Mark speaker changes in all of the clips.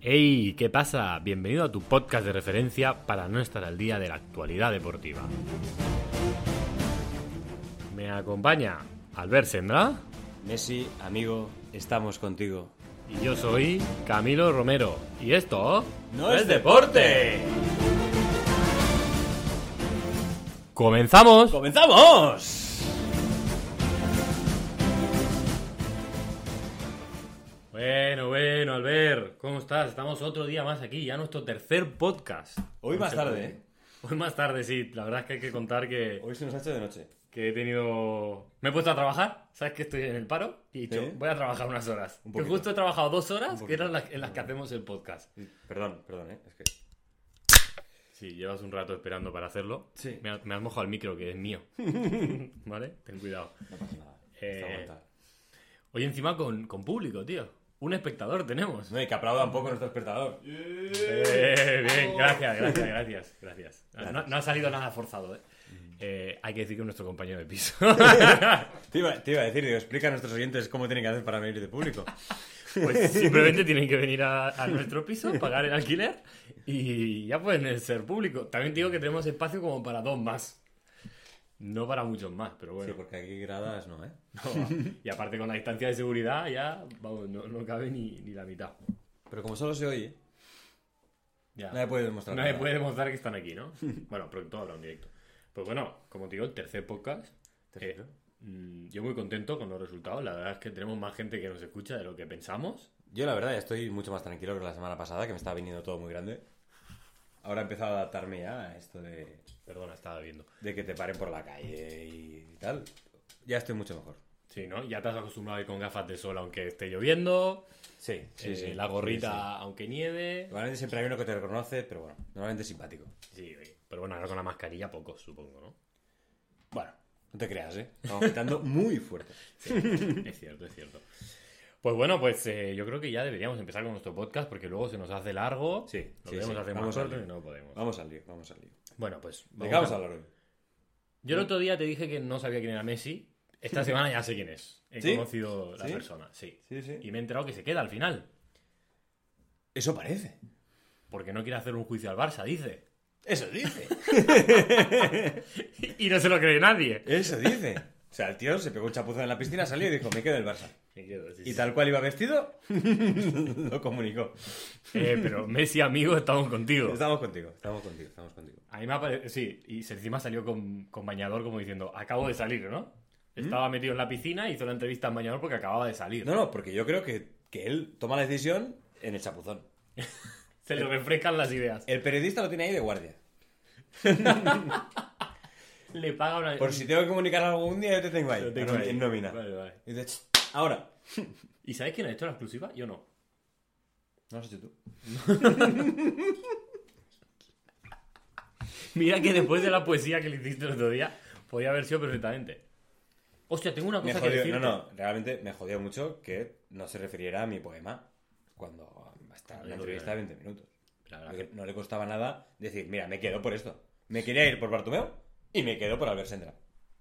Speaker 1: ¡Hey! ¿Qué pasa? Bienvenido a tu podcast de referencia para no estar al día de la actualidad deportiva. Me acompaña Albert Sendra
Speaker 2: Messi, amigo, estamos contigo.
Speaker 1: y yo soy Camilo Romero. Y esto
Speaker 2: ¡No es deporte!
Speaker 1: comenzamos.
Speaker 2: ¡Comenzamos!
Speaker 1: Bueno, bueno, Albert, ¿cómo estás? Estamos otro día más aquí, ya nuestro tercer podcast.
Speaker 2: Hoy más tarde, ¿eh?
Speaker 1: Hoy más tarde, sí. La verdad es que hay que contar que...
Speaker 2: Hoy se nos ha hecho de noche.
Speaker 1: que he tenido... Me he puesto a trabajar, sabes que estoy en el paro, y he dicho,
Speaker 2: Sí.
Speaker 1: voy a trabajar unas horas.
Speaker 2: Un
Speaker 1: que
Speaker 2: poquito.
Speaker 1: justo he trabajado dos horas,
Speaker 2: Un
Speaker 1: que eran
Speaker 2: poquito.
Speaker 1: las en las que hacemos el podcast.
Speaker 2: Perdón, perdón, ¿eh? Es que...
Speaker 1: Sí, llevas un rato esperando para hacerlo.
Speaker 2: Sí.
Speaker 1: Me, ha- me has mojado el micro, que es mío. ¿Vale? Ten cuidado.
Speaker 2: No pasa nada.
Speaker 1: Eh,
Speaker 2: Está aguantado.
Speaker 1: Hoy encima con, con público, tío. Un espectador tenemos.
Speaker 2: No, y que aplauda un poco nuestro espectador.
Speaker 1: Eh, bien, gracias, gracias, gracias. gracias. No- No,
Speaker 2: Gracias.
Speaker 1: ha salido nada forzado, ¿eh? Eh, hay que decir que es nuestro compañero de piso.
Speaker 2: Te iba, te iba a decir, digo, explica a nuestros oyentes cómo tienen que hacer para venir de público.
Speaker 1: Pues simplemente tienen que venir a, a nuestro piso, pagar el alquiler y ya pueden ser público. También digo que tenemos espacio como para dos más. No para muchos más, pero bueno.
Speaker 2: Sí, porque aquí gradas no, ¿eh?
Speaker 1: No, y aparte con la distancia de seguridad ya, vamos, no, no cabe ni, ni la mitad.
Speaker 2: Pero como solo se oye,
Speaker 1: Ya.
Speaker 2: nadie puede demostrar
Speaker 1: Nadie
Speaker 2: nada.
Speaker 1: puede demostrar que están aquí, ¿no? bueno, pronto habrá un directo. Pues bueno, como te digo, el tercer podcast.
Speaker 2: Tercero.
Speaker 1: eh, mm, yo muy contento con los resultados. La verdad es que tenemos más gente que nos escucha de lo que pensamos.
Speaker 2: Yo la verdad ya estoy mucho más tranquilo que la semana pasada, que me estaba viniendo todo muy grande. Ahora he empezado a adaptarme ya a esto de,
Speaker 1: Perdona, estaba viendo.
Speaker 2: de que te paren por la calle y tal. Ya estoy mucho mejor.
Speaker 1: Sí, ¿no? Ya te has acostumbrado a ir con gafas de sol aunque esté lloviendo.
Speaker 2: Sí,
Speaker 1: eh, La gorrita aunque nieve.
Speaker 2: Normalmente siempre hay uno que te reconoce, pero bueno, normalmente es simpático.
Speaker 1: Sí, oye, pero bueno, ahora con la mascarilla pocos, supongo, ¿no?
Speaker 2: Bueno, no te creas, ¿eh? Estamos gritando muy fuerte.
Speaker 1: es cierto, es cierto. Pues bueno, pues eh, yo creo que ya deberíamos empezar con nuestro podcast porque luego se nos hace largo.
Speaker 2: Sí,
Speaker 1: lo
Speaker 2: sí,
Speaker 1: podemos
Speaker 2: sí,
Speaker 1: hacer más
Speaker 2: vamos al
Speaker 1: corto y
Speaker 2: lío.
Speaker 1: no podemos.
Speaker 2: Vamos al lío, vamos al lío.
Speaker 1: Bueno, pues vamos
Speaker 2: ¿De qué vamos
Speaker 1: a-
Speaker 2: a hablar hoy?
Speaker 1: Yo el otro día te dije que no sabía quién era Messi. Esta semana ya sé quién es. He
Speaker 2: ¿Sí?
Speaker 1: conocido la
Speaker 2: ¿Sí?
Speaker 1: persona, sí.
Speaker 2: Sí, sí.
Speaker 1: Y me he enterado que se queda al final.
Speaker 2: Eso parece.
Speaker 1: Porque no quiere hacer un juicio al Barça, dice.
Speaker 2: Eso dice.
Speaker 1: Y no se lo cree nadie.
Speaker 2: Eso dice. O sea, el tío se pegó un chapuzo en la piscina, salió y dijo, me quedo en el Barça. Y
Speaker 1: Y
Speaker 2: tal cual iba vestido, lo comunicó.
Speaker 1: Eh, pero Messi, amigo, estamos contigo.
Speaker 2: Estamos contigo, estamos contigo, estamos contigo.
Speaker 1: A mí me apare- Sí, y se- encima salió con, con bañador como diciendo, acabo de salir, ¿no? Estaba metido en la piscina, hizo la entrevista en bañador porque acababa de salir.
Speaker 2: ¿Mm? No, no, porque yo creo que, que él toma la decisión en el chapuzón.
Speaker 1: Se le refrescan las ideas.
Speaker 2: El periodista lo tiene ahí de guardia.
Speaker 1: Le paga una...
Speaker 2: Por si tengo que comunicar algo un día, yo te tengo ahí,
Speaker 1: Lo tengo ahí.
Speaker 2: en nómina.
Speaker 1: Vale, vale.
Speaker 2: Y dice, "Ch, ahora.
Speaker 1: ¿Y sabes quién ha hecho la exclusiva? Yo no.
Speaker 2: No lo has hecho tú.
Speaker 1: Mira que después de la poesía que le hiciste el otro día, podía haber sido perfectamente. Hostia, tengo una
Speaker 2: Me
Speaker 1: cosa que
Speaker 2: jodió,
Speaker 1: decir.
Speaker 2: no, no, realmente me jodió mucho que no se refiriera a mi poema cuando hasta
Speaker 1: Ahí lo
Speaker 2: una entrevista de
Speaker 1: tiene.
Speaker 2: 20 minutos. Porque No le costaba nada decir, mira, me quedo por esto. Me quería ir por Bartomeu y me quedo por Albert Sendra.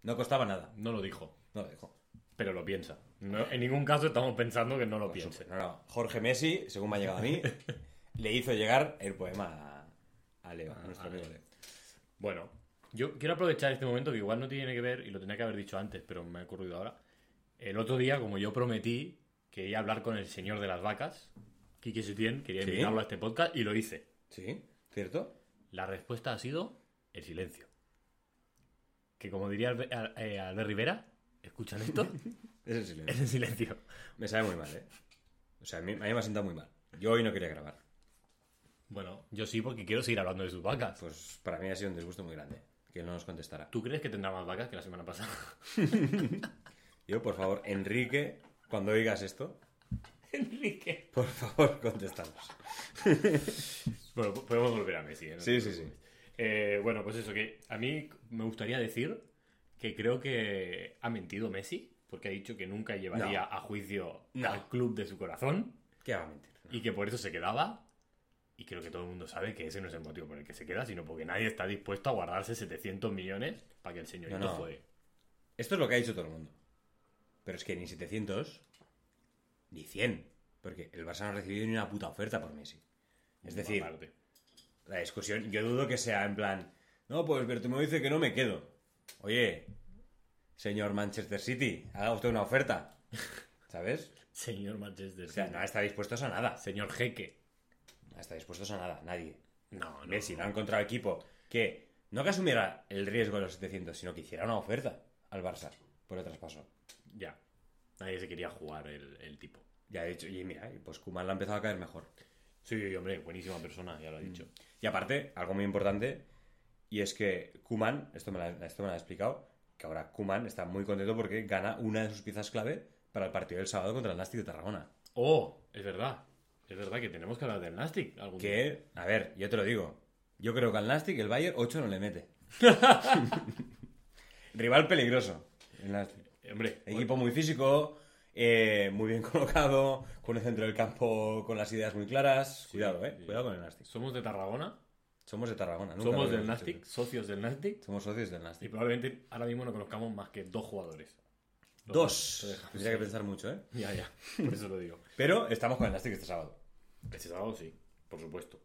Speaker 2: No costaba nada.
Speaker 1: No lo dijo,
Speaker 2: No lo dijo.
Speaker 1: pero lo piensa. No- en ningún caso estamos pensando que no lo
Speaker 2: Por
Speaker 1: piense.
Speaker 2: supuesto, no, no. Jorge Messi, según me ha llegado a mí, le hizo llegar el poema a, a Leo, a nuestro
Speaker 1: a
Speaker 2: amigo
Speaker 1: Leo.
Speaker 2: Leo.
Speaker 1: Bueno, yo quiero aprovechar este momento que igual no tiene que ver, y lo tenía que haber dicho antes, pero me ha ocurrido ahora. El otro día, como yo prometí que iba a hablar con el señor de las vacas, Quique Setién, quería
Speaker 2: Sí.
Speaker 1: invitarlo a este podcast y lo hice.
Speaker 2: ¿Sí? ¿Cierto?
Speaker 1: La respuesta ha sido el silencio. Que como diría Albe- Al- eh, Albert Rivera, ¿escuchan esto?
Speaker 2: Es el silencio.
Speaker 1: es el silencio.
Speaker 2: Me sabe muy mal, ¿eh? O sea, a mí, a mí me ha sentado muy mal. Yo hoy no quería grabar.
Speaker 1: Bueno, yo sí porque quiero seguir hablando de sus vacas.
Speaker 2: Pues para mí ha sido un disgusto muy grande que él no nos contestara.
Speaker 1: ¿Tú crees que tendrá más vacas que la semana pasada?
Speaker 2: Yo, por favor, Enrique, cuando oigas esto,
Speaker 1: Enrique.
Speaker 2: por favor, contestamos.
Speaker 1: Bueno, po- podemos volver a Messi. ¿eh? No
Speaker 2: Sí,
Speaker 1: te
Speaker 2: sí, sí.
Speaker 1: preocupes. Eh, bueno, pues eso, que a mí me gustaría decir que creo que ha mentido Messi, porque ha dicho que nunca llevaría
Speaker 2: No.
Speaker 1: a juicio
Speaker 2: No.
Speaker 1: al club de su corazón
Speaker 2: ¿Qué va a mentir?
Speaker 1: y que por eso se quedaba. Y creo que todo el mundo sabe que ese no es el motivo por el que se queda, sino porque nadie está dispuesto a guardarse 700 millones para que el señorito
Speaker 2: No, no.
Speaker 1: juegue.
Speaker 2: Esto es lo que ha dicho todo el mundo. Pero es que ni 700, ni 100. Porque el Barça no ha recibido ni una puta oferta por Messi. Es decir,
Speaker 1: Aparte.
Speaker 2: la discusión, yo dudo que sea en plan, no, pues Bertomeu dice que no me quedo. Oye, señor Manchester City, haga usted una oferta. ¿Sabes?
Speaker 1: Señor Manchester.
Speaker 2: O sea,
Speaker 1: City.
Speaker 2: no está dispuestos a nada.
Speaker 1: Señor Jeque.
Speaker 2: No está dispuestos a nada, nadie.
Speaker 1: No, no.
Speaker 2: Messi no ha encontrado equipo que no que asumiera el riesgo de los 700, sino que hiciera una oferta al Barça por el traspaso.
Speaker 1: Ya. Nadie se quería jugar el, el tipo.
Speaker 2: Ya he dicho, y mira, y pues Kuman la ha empezado a caer mejor.
Speaker 1: Sí, hombre, buenísima persona, ya lo ha
Speaker 2: Mm.
Speaker 1: dicho.
Speaker 2: Y aparte, algo muy importante, y es que Kuman, esto me lo ha- esto me lo ha explicado, que ahora Kuman está muy contento porque gana una de sus piezas clave para el partido del sábado contra el Nastic de Tarragona.
Speaker 1: Oh, es verdad. Es verdad que tenemos que hablar del Nastic algún día.
Speaker 2: Que, a ver, yo te lo digo, yo creo que al Nastic el Bayern 8 no le mete. Rival peligroso, el Nastic.
Speaker 1: Eh, Hombre,
Speaker 2: Equipo muy físico, eh, muy bien colocado, con el centro del campo, con las ideas muy claras. cuidado, eh.
Speaker 1: sí.
Speaker 2: Cuidado con el Nastic.
Speaker 1: somos de Tarragona,
Speaker 2: Somos de Tarragona, nunca lo
Speaker 1: somos del
Speaker 2: habíamos
Speaker 1: Nastic,
Speaker 2: dicho.
Speaker 1: socios del Nastic,
Speaker 2: Somos socios del
Speaker 1: y
Speaker 2: Nastic.
Speaker 1: probablemente ahora mismo no conozcamos más que dos jugadores. Lo- lo
Speaker 2: Dos.
Speaker 1: dejamos
Speaker 2: Tendría que
Speaker 1: ahí.
Speaker 2: pensar mucho, ¿eh?
Speaker 1: Ya, ya, por eso lo digo.
Speaker 2: Pero estamos con el Nastic este sábado.
Speaker 1: Este sábado sí, por supuesto.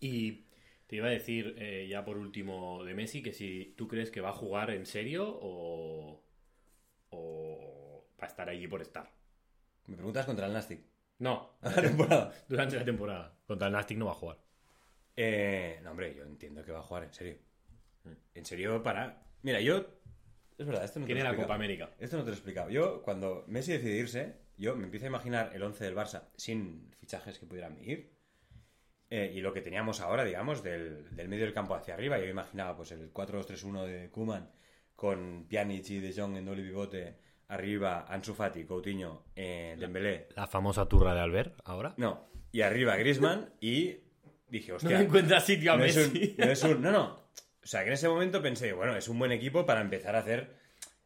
Speaker 1: Y te iba a decir eh, ya por último de Messi que si tú crees que va a jugar en serio o, o va a estar allí por estar.
Speaker 2: Me preguntas contra el Nastic.
Speaker 1: No,
Speaker 2: La temporada.
Speaker 1: durante la temporada. Contra el Nastic no va a jugar.
Speaker 2: Eh, no, hombre, yo entiendo que va a jugar, en serio. En serio, para. Mira, yo. Es verdad, esto no te lo
Speaker 1: Tiene
Speaker 2: he
Speaker 1: la
Speaker 2: explicado.
Speaker 1: Copa América.
Speaker 2: Esto no te lo he explicado. Yo, cuando Messi decide irse, yo me empiezo a imaginar el 11 del Barça sin fichajes que pudieran venir. Eh, y lo que teníamos ahora, digamos, del, del medio del campo hacia arriba. Yo imaginaba pues el 4-2-3-1 de Kuman con Pjanic y De Jong en doble pivote. Arriba Ansu Fati, Coutinho, eh, Dembélé.
Speaker 1: La famosa turra de Albert ahora.
Speaker 2: No, y arriba Griezmann y dije,
Speaker 1: No
Speaker 2: hostia,
Speaker 1: le encuentra sitio a
Speaker 2: no es un-
Speaker 1: Messi.
Speaker 2: no es un- no, no. O sea, que en ese momento pensé, bueno, es un buen equipo para empezar a hacer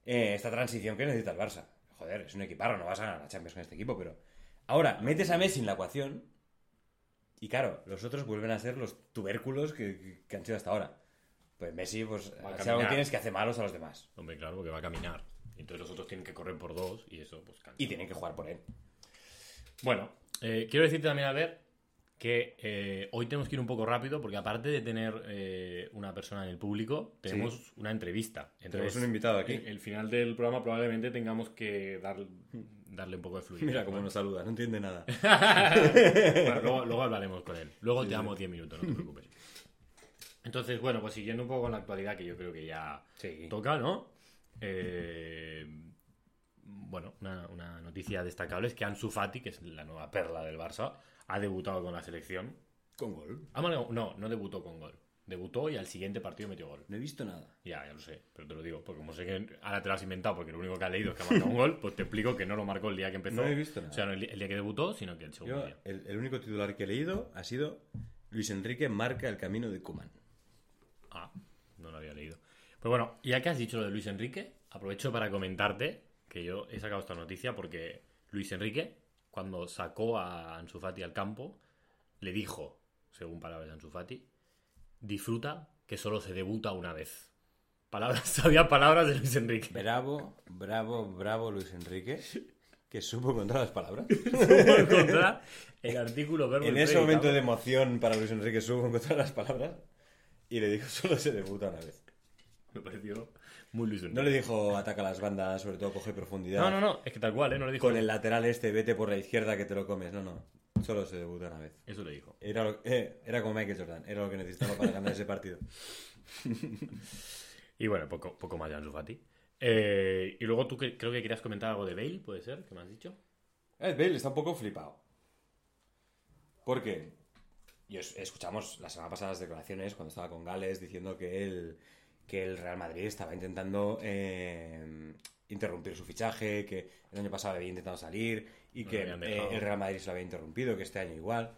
Speaker 2: eh, esta transición que necesita el Barça. Joder, es un equiparro, no vas a ganar la Champions con este equipo, pero... Ahora, metes a Messi en la ecuación y claro, los otros vuelven a ser los tubérculos que, que han sido hasta ahora. Pues Messi, pues,
Speaker 1: Va a
Speaker 2: si algo
Speaker 1: caminar.
Speaker 2: tienes que hace malos a los demás.
Speaker 1: Hombre, claro, porque va a caminar. Entonces los otros tienen que correr por dos y eso, pues cansa.
Speaker 2: Y tienen que jugar por él.
Speaker 1: Bueno, eh, quiero decirte también, a ver, que eh, hoy tenemos que ir un poco rápido porque aparte de tener eh, una persona en el público, tenemos una entrevista.
Speaker 2: Tenemos
Speaker 1: Entonces,
Speaker 2: un invitado aquí.
Speaker 1: el, el final del programa probablemente tengamos que dar- darle un poco de fluidez.
Speaker 2: Mira cómo nos saluda, no entiende nada.
Speaker 1: Bueno, luego, luego hablaremos con él. Luego te damos 10 minutos, no te preocupes. Entonces, bueno, pues siguiendo un poco con la actualidad, que yo creo que ya
Speaker 2: Sí.
Speaker 1: toca, ¿no? Eh, bueno, una, una noticia destacable es que Ansu Fati, que es la nueva perla del Barça, ha debutado con la selección.
Speaker 2: Con gol.
Speaker 1: Ah, bueno, no, no debutó con gol. Debutó y al siguiente partido metió gol.
Speaker 2: No he visto nada.
Speaker 1: Ya, ya lo sé, pero te lo digo, porque como sé que ahora te lo has inventado, porque lo único que has leído es que ha marcado un gol, pues te explico que no lo marcó el día que empezó.
Speaker 2: No he visto nada.
Speaker 1: O sea, no el, el día que debutó, sino que el segundo
Speaker 2: Yo,
Speaker 1: día.
Speaker 2: el, el único titular que he leído ha sido Luis Enrique marca el camino de Kuman.
Speaker 1: Ah, no lo había leído. Pero bueno, ya que has dicho lo de Luis Enrique, aprovecho para comentarte que yo he sacado esta noticia porque Luis Enrique, cuando sacó a Ansu Fati al campo, le dijo, según palabras de Ansu Fati, disfruta que solo se debuta una vez. Palabras, sabía palabras de Luis Enrique.
Speaker 2: Bravo, bravo, bravo Luis Enrique, que supo contar las palabras.
Speaker 1: Puedo encontrar el artículo verbo
Speaker 2: En
Speaker 1: y
Speaker 2: ese
Speaker 1: predicado.
Speaker 2: momento de emoción para Luis Enrique supo encontrar las palabras y le dijo solo se debuta una vez.
Speaker 1: Me pareció muy Luis Enrique.
Speaker 2: No le dijo ataca las bandas, sobre todo coge profundidad.
Speaker 1: no, no, no, es que tal cual, ¿eh? No le dijo.
Speaker 2: Con el lateral este, vete por la izquierda que te lo comes. No, no, solo se debuta una vez.
Speaker 1: Eso le dijo.
Speaker 2: Era, lo- eh, era como Michael Jordan, era lo que necesitaba para ganar ese partido.
Speaker 1: Y bueno, poco, poco más de Ansu Fati. Eh, y luego tú que- creo que querías comentar algo de Bale, ¿puede ser? ¿Qué me has dicho?
Speaker 2: Gareth Bale Eh, está un poco flipado. Porque y es- escuchamos la semana pasada las declaraciones cuando estaba con Gales diciendo que el, que el Real Madrid estaba intentando eh, interrumpir su fichaje, que el año pasado había intentado salir y
Speaker 1: No
Speaker 2: que
Speaker 1: lo habían
Speaker 2: eh,
Speaker 1: dejado.
Speaker 2: el Real Madrid se lo había interrumpido, que este año igual.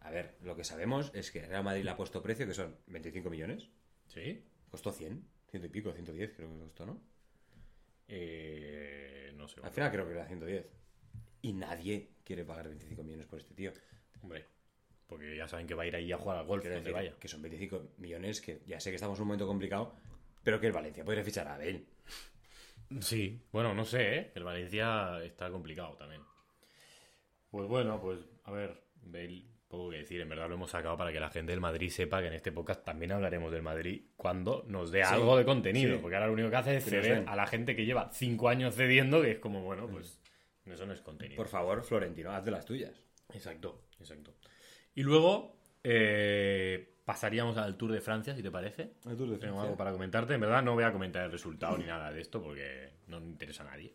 Speaker 2: A ver, lo que sabemos es que el Real Madrid le ha puesto precio, que son 25 millones.
Speaker 1: Sí.
Speaker 2: Costó 100, 100 y pico, 110 creo que costó, ¿no?
Speaker 1: Eh, no sé.
Speaker 2: Al final creo que era 110. Y nadie quiere pagar 25 millones por este tío.
Speaker 1: Hombre, porque ya saben que va a ir ahí a jugar al golf,
Speaker 2: Quiero
Speaker 1: donde
Speaker 2: decir,
Speaker 1: vaya.
Speaker 2: que son 25 millones, que ya sé que estamos en un momento complicado, pero que el Valencia podría fichar a Bale.
Speaker 1: Sí. Bueno, no sé, ¿eh? El Valencia está complicado también. Pues bueno, pues a ver, Bale poco que decir, en verdad lo hemos sacado para que la gente del Madrid sepa que en este podcast también hablaremos del Madrid cuando nos dé
Speaker 2: Sí,
Speaker 1: algo de contenido,
Speaker 2: sí.
Speaker 1: porque ahora lo único que hace es
Speaker 2: Que nos
Speaker 1: ceder
Speaker 2: den.
Speaker 1: a la gente que lleva cinco años cediendo, que es como, bueno, pues eso no es contenido.
Speaker 2: Mm. Por favor, Florentino, haz de las tuyas.
Speaker 1: Exacto, exacto. Y luego eh, pasaríamos al Tour de Francia, si te parece.
Speaker 2: El Tour de
Speaker 1: Tengo
Speaker 2: Francia.
Speaker 1: algo para comentarte. En verdad no voy a comentar el resultado ni nada de esto porque no interesa a nadie.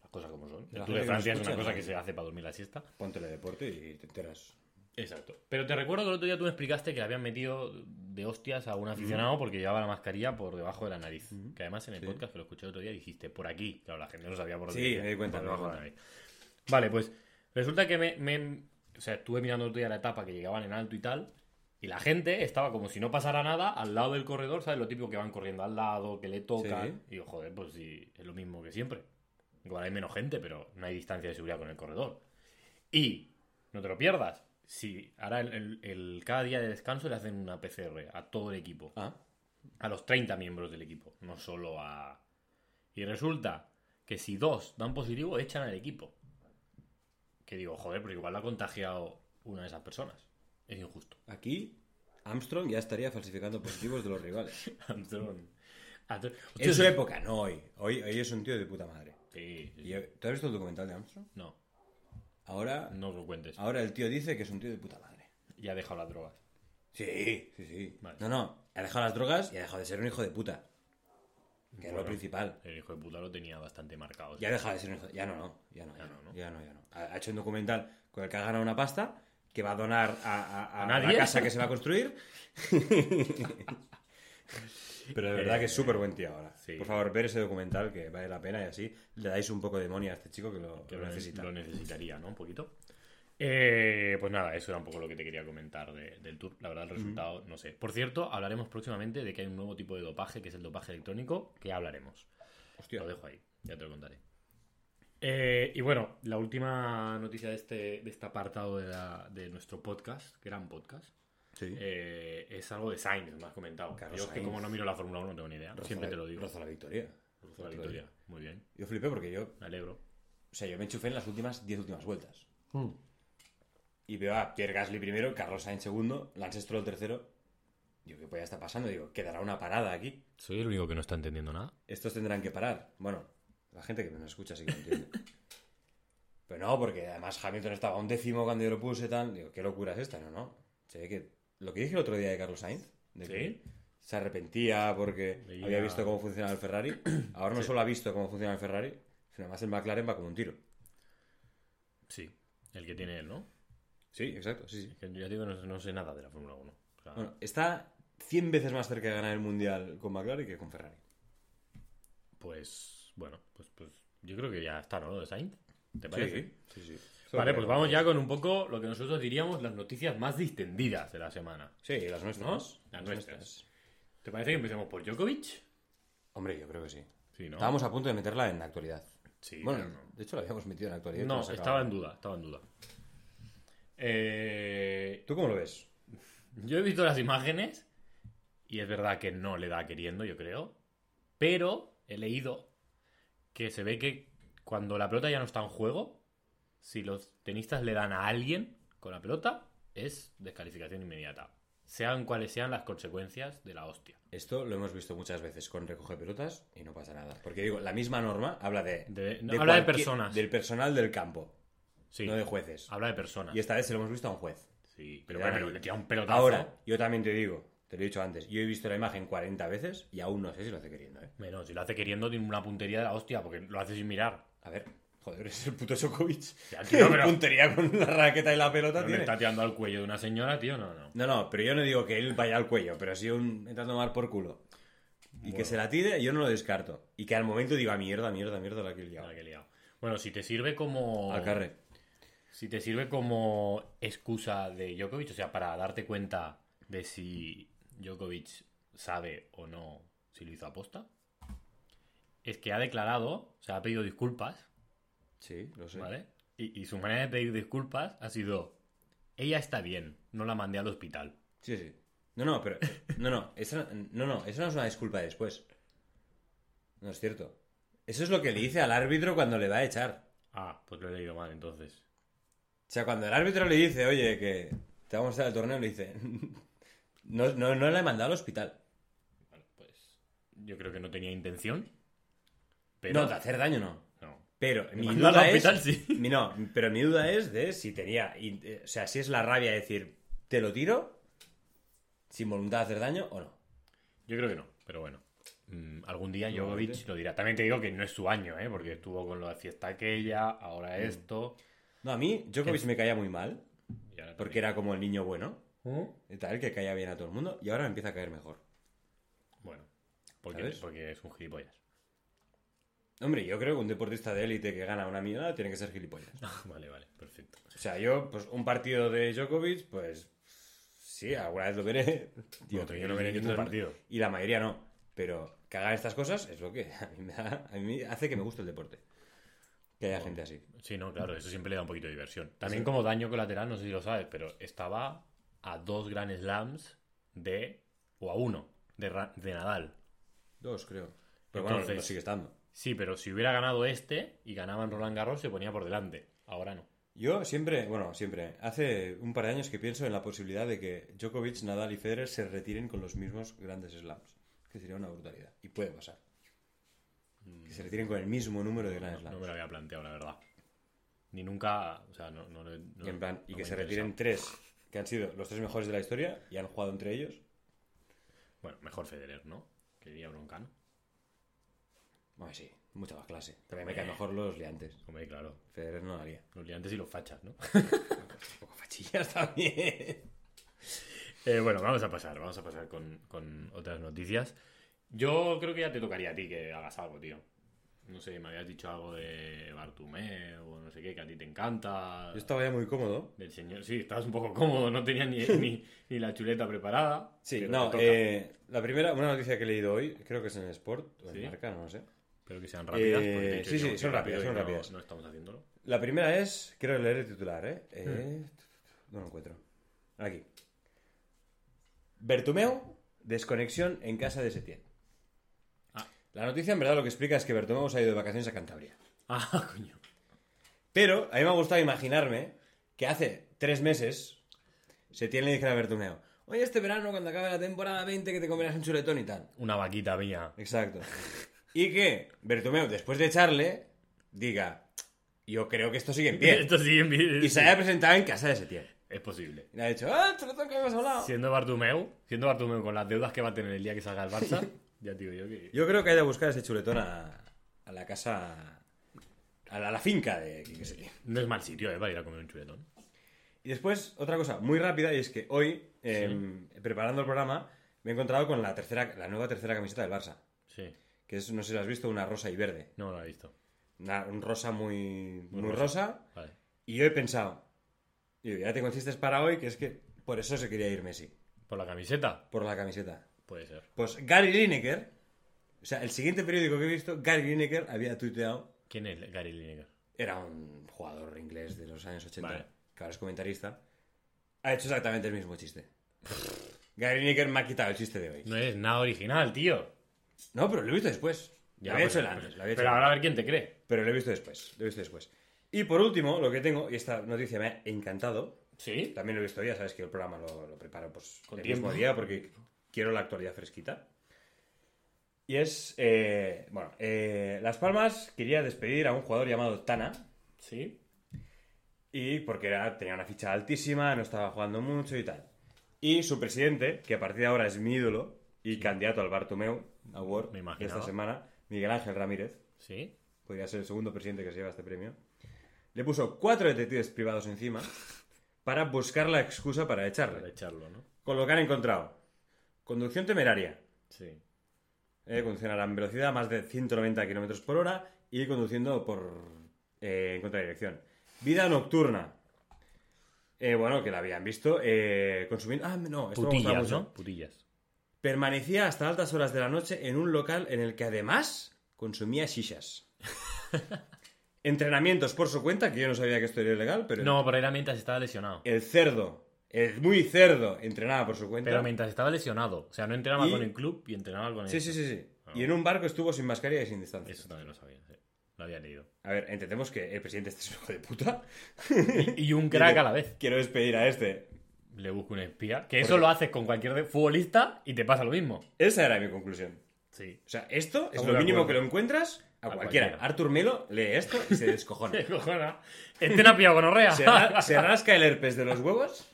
Speaker 1: Las cosas como son. El
Speaker 2: La
Speaker 1: Tour de
Speaker 2: gente que no
Speaker 1: Francia es una
Speaker 2: escucha,
Speaker 1: cosa
Speaker 2: no.
Speaker 1: que se hace para dormir la siesta.
Speaker 2: Ponte el deporte y te enteras.
Speaker 1: Exacto. Pero te recuerdo que el otro día tú me explicaste que le habían metido de hostias a un aficionado porque llevaba la mascarilla por debajo de la nariz. Que además en el podcast que lo escuché el otro día dijiste por aquí. Claro, la gente no sabía por
Speaker 2: Sí,
Speaker 1: dónde.
Speaker 2: me di cuenta,
Speaker 1: por
Speaker 2: me di
Speaker 1: debajo de la
Speaker 2: cuenta.
Speaker 1: nariz. Vale, pues resulta que me, me- O sea, estuve mirando el otro día la etapa que llegaban en alto y tal. Y la gente estaba como si no pasara nada al lado del corredor, ¿sabes? Lo típico que van corriendo al lado, que le tocan. Y digo, joder, pues sí, es lo mismo que siempre. Igual hay menos gente, pero no hay distancia de seguridad con el corredor. Y no te lo pierdas. Si ahora el, el- el- cada día de descanso le hacen una PCR a todo el equipo,
Speaker 2: Ah,
Speaker 1: a los 30 miembros del equipo, no solo a. Y resulta que si dos dan positivo, echan al equipo. Que digo, joder, pero igual la ha contagiado una de esas personas. Es injusto.
Speaker 2: aquí Armstrong ya estaría falsificando positivos de los rivales.
Speaker 1: Antrón. Antrón.
Speaker 2: en su
Speaker 1: Hostia,
Speaker 2: época, no hoy. hoy. Hoy es un tío de puta madre.
Speaker 1: sí, sí, sí.
Speaker 2: Y, eh, ¿Tú has visto el documental de Armstrong?
Speaker 1: No,
Speaker 2: Ahora,
Speaker 1: no os lo cuentes.
Speaker 2: ahora el tío dice que es un tío de puta madre.
Speaker 1: Ya ha dejado las drogas.
Speaker 2: Sí, sí, sí.
Speaker 1: Vale.
Speaker 2: No, no. Ha dejado las drogas y ha dejado de ser un hijo de puta. Que es
Speaker 1: Bueno.
Speaker 2: lo principal.
Speaker 1: El hijo de puta lo tenía bastante marcado.
Speaker 2: Ya ha dejado de ser un hijo Ya no, no. Ya no, ya,
Speaker 1: no,
Speaker 2: no,
Speaker 1: ¿no?
Speaker 2: Ya no, ya no. Ha ha hecho un documental con el que ha ganado una pasta que va a donar a, a- a
Speaker 1: ¿A nadie?
Speaker 2: la casa que se va a construir. Pero de verdad que es súper buen tío ahora.
Speaker 1: Eh, sí.
Speaker 2: Por favor, ver ese documental que vale la pena y así le dais un poco de money a este chico que lo,
Speaker 1: que
Speaker 2: lo
Speaker 1: lo,
Speaker 2: necesita.
Speaker 1: lo necesitaría, ¿no? Un poquito. Eh, pues nada, eso era un poco lo que te quería comentar de- del tour. La verdad, el resultado, no sé. Por cierto, hablaremos próximamente de que hay un nuevo tipo de dopaje, que es el dopaje electrónico, que ya hablaremos.
Speaker 2: Hostia.
Speaker 1: Lo dejo ahí, ya te lo contaré. Eh, y bueno, la última noticia de este, de este apartado de, la- de nuestro podcast, gran podcast,
Speaker 2: Sí.
Speaker 1: eh, es algo de Sainz, me has comentado.
Speaker 2: Carlos
Speaker 1: Yo es que
Speaker 2: Sainz.
Speaker 1: como no miro la Fórmula 1 no tengo ni idea.
Speaker 2: Roza
Speaker 1: Siempre
Speaker 2: la-
Speaker 1: te lo digo.
Speaker 2: roza la victoria.
Speaker 1: Roza la victoria. Muy bien,
Speaker 2: Yo flipé porque yo, o
Speaker 1: me alegro.
Speaker 2: sea, yo me enchufé en las últimas 10 últimas vueltas.
Speaker 1: Hmm.
Speaker 2: Y veo a Pierre Gasly primero, Carlos Sainz segundo, Lance Stroll tercero. Digo, ¿qué podía estar pasando? Digo, quedará una parada aquí.
Speaker 1: Soy el único que no está entendiendo nada.
Speaker 2: Estos tendrán que parar. Bueno, la gente que me escucha sí que lo entiende. Pero no, porque además Hamilton estaba a un décimo cuando yo lo puse tal. Digo, qué locura es esta, ¿no? no. Se ve que lo que dije el otro día de Carlos Sainz, de que
Speaker 1: ¿Sí?
Speaker 2: se arrepentía porque
Speaker 1: Veía-
Speaker 2: había visto cómo funcionaba el Ferrari. Ahora no solo ha visto cómo funciona el Ferrari, sino además el McLaren va como un tiro.
Speaker 1: Sí, el que tiene él, ¿no?
Speaker 2: Sí, exacto, sí, Ah. sí.
Speaker 1: Es que yo digo, no, no sé nada de la Fórmula 1. O sea,
Speaker 2: Bueno, está 100 veces más cerca de ganar el Mundial con McLaren que con Ferrari.
Speaker 1: Pues, bueno, pues, pues yo creo que ya está, ¿no? Lo de Sainz, ¿te parece?
Speaker 2: Sí, sí.
Speaker 1: Vale, pues vamos ya con un poco lo que nosotros diríamos las noticias más distendidas de la semana.
Speaker 2: Sí, las nuestras.
Speaker 1: ¿No? Las nuestras. ¿Te parece que empecemos por Djokovic?
Speaker 2: Hombre, yo creo que sí.
Speaker 1: Sí, ¿no?
Speaker 2: Estábamos a punto de meterla en la actualidad.
Speaker 1: Sí,
Speaker 2: bueno,
Speaker 1: pero no.
Speaker 2: de hecho la habíamos metido en la actualidad.
Speaker 1: No,
Speaker 2: pero se acaba.
Speaker 1: estaba en duda, estaba en duda. Eh,
Speaker 2: ¿Tú cómo lo ves?
Speaker 1: yo he visto las imágenes y es verdad que no le da queriendo, yo creo. Pero he leído que se ve que cuando la pelota ya no está en juego, si los tenistas le dan a alguien con la pelota, es descalificación inmediata. Sean cuales sean las consecuencias de la hostia.
Speaker 2: Esto lo hemos visto muchas veces con recoge pelotas y no pasa nada. Porque digo, la misma norma habla de.
Speaker 1: De- no, habla de
Speaker 2: cualquier-
Speaker 1: personas.
Speaker 2: Del personal del campo,
Speaker 1: Sí, Ah,
Speaker 2: no de jueces.
Speaker 1: habla de personas.
Speaker 2: Y esta vez se lo hemos visto a un juez.
Speaker 1: Sí, pero
Speaker 2: Le dan
Speaker 1: bueno,
Speaker 2: ahí.
Speaker 1: le tira un pelotazo.
Speaker 2: Ahora, yo también te digo, te lo he dicho antes, yo he visto la imagen 40 veces y aún no sé si lo hace queriendo, ¿eh?
Speaker 1: Bueno, si lo hace queriendo, tiene una puntería de la hostia, porque lo hace sin mirar.
Speaker 2: A ver, joder, es el puto Djokovic.
Speaker 1: Ya,
Speaker 2: que
Speaker 1: tío, pero-
Speaker 2: puntería con la raqueta y la
Speaker 1: No
Speaker 2: pelota
Speaker 1: le
Speaker 2: tiene.
Speaker 1: está tirando al cuello de una señora, tío, no, no.
Speaker 2: No, no, pero yo no digo que él vaya al cuello, pero sí un entrando a tomar por culo. Y que se la tire, yo no lo descarto. Y que al momento diga mierda, mierda, mierda la que he liado".
Speaker 1: Nada, que he liado. Bueno, si te sirve como.
Speaker 2: Al carre.
Speaker 1: Si te sirve como excusa de Djokovic, o sea, para darte cuenta de si Djokovic sabe o no si lo hizo aposta, es que ha declarado, o sea, ha pedido disculpas,
Speaker 2: Sí, lo sé.
Speaker 1: ¿vale? Y, y su manera de pedir disculpas ha sido: ella está bien, no la mandé al hospital.
Speaker 2: Sí, sí. No, no, pero. No, no, esa no, no, eso no es una disculpa después. No es cierto. Eso es lo que le dice al árbitro cuando le va a echar.
Speaker 1: Ah, pues lo he leído mal entonces.
Speaker 2: O sea, cuando el árbitro le dice, oye, que te te vamos a estar el torneo y le dice, no, no, no la he mandado al hospital.
Speaker 1: Bueno, pues yo creo que no tenía intención. Pero
Speaker 2: No, de hacer daño no.
Speaker 1: no.
Speaker 2: Pero mi
Speaker 1: mandó al
Speaker 2: duda es.
Speaker 1: hospital, sí.
Speaker 2: mi- no, pero mi duda es de si tenía. in- eh, O sea, si es la rabia de decir, te lo tiro, sin voluntad de hacer daño o no.
Speaker 1: Yo creo que no, pero bueno. Mm, algún día
Speaker 2: Probablemente.
Speaker 1: Jovic lo dirá. También te digo que no es su año, ¿eh? Porque estuvo con lo de fiesta aquella, ahora esto.
Speaker 2: No, a mí, Djokovic me caía muy mal,
Speaker 1: y ahora
Speaker 2: porque era como el niño bueno,
Speaker 1: también.
Speaker 2: y tal, que caía bien a todo el mundo, y ahora me empieza a caer mejor.
Speaker 1: Bueno, porque,
Speaker 2: ¿Sabes?
Speaker 1: porque es un gilipollas.
Speaker 2: Hombre, yo creo que un deportista de élite que gana una millonada tiene que ser gilipollas.
Speaker 1: Ah, vale, vale, perfecto.
Speaker 2: O sea, yo, pues un partido de Djokovic, pues sí, alguna vez lo veré.
Speaker 1: Bueno, pero yo no veré
Speaker 2: ningún
Speaker 1: ningún
Speaker 2: par-
Speaker 1: partido.
Speaker 2: Y la mayoría no. Pero que hagan estas cosas es lo que a mí, me da- a mí hace que me guste el deporte. Que haya gente así.
Speaker 1: Sí, no, claro, eso siempre le da un poquito de diversión. También como daño colateral, no sé si lo sabes, pero estaba a dos Grand Slams de. o a uno, de, Ra- de Nadal.
Speaker 2: Dos, creo. Pero bueno,
Speaker 1: Entonces-
Speaker 2: lo sigue estando.
Speaker 1: Sí, pero si hubiera ganado este y ganaban Roland Garros, se ponía por delante. Ahora no.
Speaker 2: Yo siempre, bueno, siempre, hace un par de años que pienso en la posibilidad de que Djokovic, Nadal y Federer se retiren con los mismos grandes slams. Que sería una brutalidad. Y puede pasar. Que se retiren con el mismo número de grandes
Speaker 1: No,
Speaker 2: slams.
Speaker 1: no me lo había planteado, la verdad. Ni nunca. O sea, no. no, le- no-
Speaker 2: Y en plan, y
Speaker 1: no
Speaker 2: que
Speaker 1: me
Speaker 2: se
Speaker 1: ha
Speaker 2: retiren
Speaker 1: interesado.
Speaker 2: tres que han sido los tres mejores de la historia y han jugado entre ellos.
Speaker 1: Bueno, mejor Federer, ¿no? Que diría Broncano.
Speaker 2: Bueno, sí, mucha más clase. También
Speaker 1: Eh.
Speaker 2: me caen mejor los liantes.
Speaker 1: Hombre, claro.
Speaker 2: Federer no lo haría.
Speaker 1: Los liantes y los fachas, ¿no?
Speaker 2: Un poco fachillas también.
Speaker 1: Eh, bueno, vamos a pasar, vamos a pasar con, con otras noticias. Yo creo que ya te tocaría a ti que hagas algo, tío. No sé, me habías dicho algo de Bartumé o no sé qué, que a ti te encanta.
Speaker 2: Yo estaba ya muy cómodo.
Speaker 1: Del señor, sí, estabas un poco cómodo, no tenías ni, ni, ni la chuleta preparada.
Speaker 2: Sí,
Speaker 1: pero
Speaker 2: no,
Speaker 1: te toca.
Speaker 2: eh, la primera, una noticia que he leído hoy, creo que es en Sport o en
Speaker 1: Sí.
Speaker 2: Marca, no lo sé.
Speaker 1: Espero que sean rápidas.
Speaker 2: eh,
Speaker 1: porque te he dicho
Speaker 2: sí,
Speaker 1: yo
Speaker 2: sí,
Speaker 1: que
Speaker 2: son rápidas,
Speaker 1: rápido y
Speaker 2: son
Speaker 1: no-
Speaker 2: rápidas.
Speaker 1: No estamos haciéndolo.
Speaker 2: La primera es, quiero leer el titular, ¿eh?
Speaker 1: Mm.
Speaker 2: Eh, No lo encuentro. Aquí. Bertomeu, desconexión en casa de Setién.
Speaker 1: Ah.
Speaker 2: La noticia en verdad lo que explica es que Bertomeu se ha ido de vacaciones a Cantabria.
Speaker 1: Ah, coño.
Speaker 2: Pero a mí me ha gustado imaginarme que hace tres meses se tiene le dicen a Bertomeo, oye, este verano cuando acabe la temporada 20 que te comerás un chuletón y tal.
Speaker 1: Una vaquita mía.
Speaker 2: Exacto. Y que Bertomeo, después de echarle, diga, yo creo que esto sigue en pie.
Speaker 1: Esto sí, en pie,
Speaker 2: Y se
Speaker 1: sí.
Speaker 2: haya presentado en casa de Setién.
Speaker 1: Es posible.
Speaker 2: Y le ha dicho, ah, chuletón que habías hablado.
Speaker 1: Siendo Bartumeu, siendo Bartumeu con las deudas que va a tener el día que salga el Barça, ya te digo yo que.
Speaker 2: Yo creo que hay que buscar ese chuletón a, a la casa, a la, a la finca de Quique Setién.
Speaker 1: No es mal sitio, ¿eh? Para ir a comer un chuletón.
Speaker 2: Y después, otra cosa muy rápida, y es que hoy, em, preparando el programa, me he encontrado con la tercera, la nueva tercera camiseta del Barça.
Speaker 1: Sí.
Speaker 2: Que es, no sé si la has visto, una rosa y verde.
Speaker 1: No lo he visto.
Speaker 2: Una- un rosa muy, muy,
Speaker 1: rosa.
Speaker 2: rosa.
Speaker 1: Vale.
Speaker 2: Y yo he pensado, digo, ya tengo chistes para hoy, que es que por eso se quería ir Messi,
Speaker 1: ¿Por la camiseta?
Speaker 2: por la camiseta.
Speaker 1: Puede ser.
Speaker 2: Pues Gary Lineker, o sea, el siguiente periódico que he visto, Gary Lineker había tuiteado,
Speaker 1: ¿Quién es Gary Lineker?
Speaker 2: era un jugador inglés de los años 80,
Speaker 1: Vale.
Speaker 2: que ahora es comentarista, ha hecho exactamente el mismo chiste. Gary Lineker me ha quitado el chiste de hoy.
Speaker 1: No es nada original, tío.
Speaker 2: No, pero lo he visto después. Ya, lo había
Speaker 1: pues,
Speaker 2: hecho el antes. lo había hecho
Speaker 1: Pero
Speaker 2: el
Speaker 1: ahora a ver quién te cree.
Speaker 2: antes. Pero lo he visto después. Lo he visto después. Y por último, lo que tengo, y esta noticia me ha encantado.
Speaker 1: ¿Sí?
Speaker 2: También lo he visto ya, sabes que el programa lo, lo preparo pues,
Speaker 1: Con
Speaker 2: el
Speaker 1: tiempo.
Speaker 2: mismo día porque quiero la actualidad fresquita. Y es. eh, bueno, eh, Las Palmas quería despedir a un jugador llamado Tana.
Speaker 1: Sí.
Speaker 2: Y porque era, tenía una ficha altísima, no estaba jugando mucho y tal. Y su presidente, que a partir de ahora es mi ídolo y candidato al Bartomeu Award
Speaker 1: Me
Speaker 2: de
Speaker 1: imaginaba.
Speaker 2: esta semana, Miguel Ángel Ramírez,
Speaker 1: ¿Sí?
Speaker 2: podría ser el segundo presidente que se lleva este premio, le puso cuatro detectives privados encima para buscar la excusa para
Speaker 1: Para
Speaker 2: echarle.
Speaker 1: echarlo, ¿no?
Speaker 2: Con lo que han encontrado, conducción temeraria,
Speaker 1: Sí.
Speaker 2: eh, conducción a gran velocidad, más de 190 kilómetros por hora y conduciendo por eh, en contradirección. Vida nocturna. Eh, bueno, que la habían visto. eh, consumiendo. Ah, no, esto me ha gustado
Speaker 1: Putillas,
Speaker 2: mucho.
Speaker 1: ¿no? Putillas.
Speaker 2: Permanecía hasta altas horas de la noche en un local en el que además consumía shishas. Entrenamientos por su cuenta, que yo no sabía que esto era ilegal, pero.
Speaker 1: No, pero era mientras estaba lesionado.
Speaker 2: El cerdo, el muy cerdo, entrenaba por su cuenta.
Speaker 1: Pero mientras estaba lesionado. O sea, no entrenaba
Speaker 2: Y-
Speaker 1: con el club y entrenaba con el...
Speaker 2: Sí, sí, sí, sí.
Speaker 1: Ah.
Speaker 2: Y en un barco estuvo sin mascarilla y sin distancia.
Speaker 1: Eso también lo sabía. sí. Lo había leído.
Speaker 2: A ver, entendemos que el presidente este es un hijo de puta.
Speaker 1: Y, y un crack a la vez.
Speaker 2: Quiero despedir a este.
Speaker 1: le busco un espía. Que eso lo haces con cualquier de- futbolista y te pasa lo mismo.
Speaker 2: Esa era mi conclusión.
Speaker 1: Sí.
Speaker 2: O sea, esto es
Speaker 1: Estamos
Speaker 2: lo
Speaker 1: de
Speaker 2: mínimo
Speaker 1: acuerdo.
Speaker 2: que lo encuentras a,
Speaker 1: A
Speaker 2: cualquiera.
Speaker 1: cualquiera.
Speaker 2: Artur Melo lee esto y se descojona.
Speaker 1: ¿Qué cojona? Este no ha pillado gonorrea.
Speaker 2: se, ra- se rasca el herpes de los huevos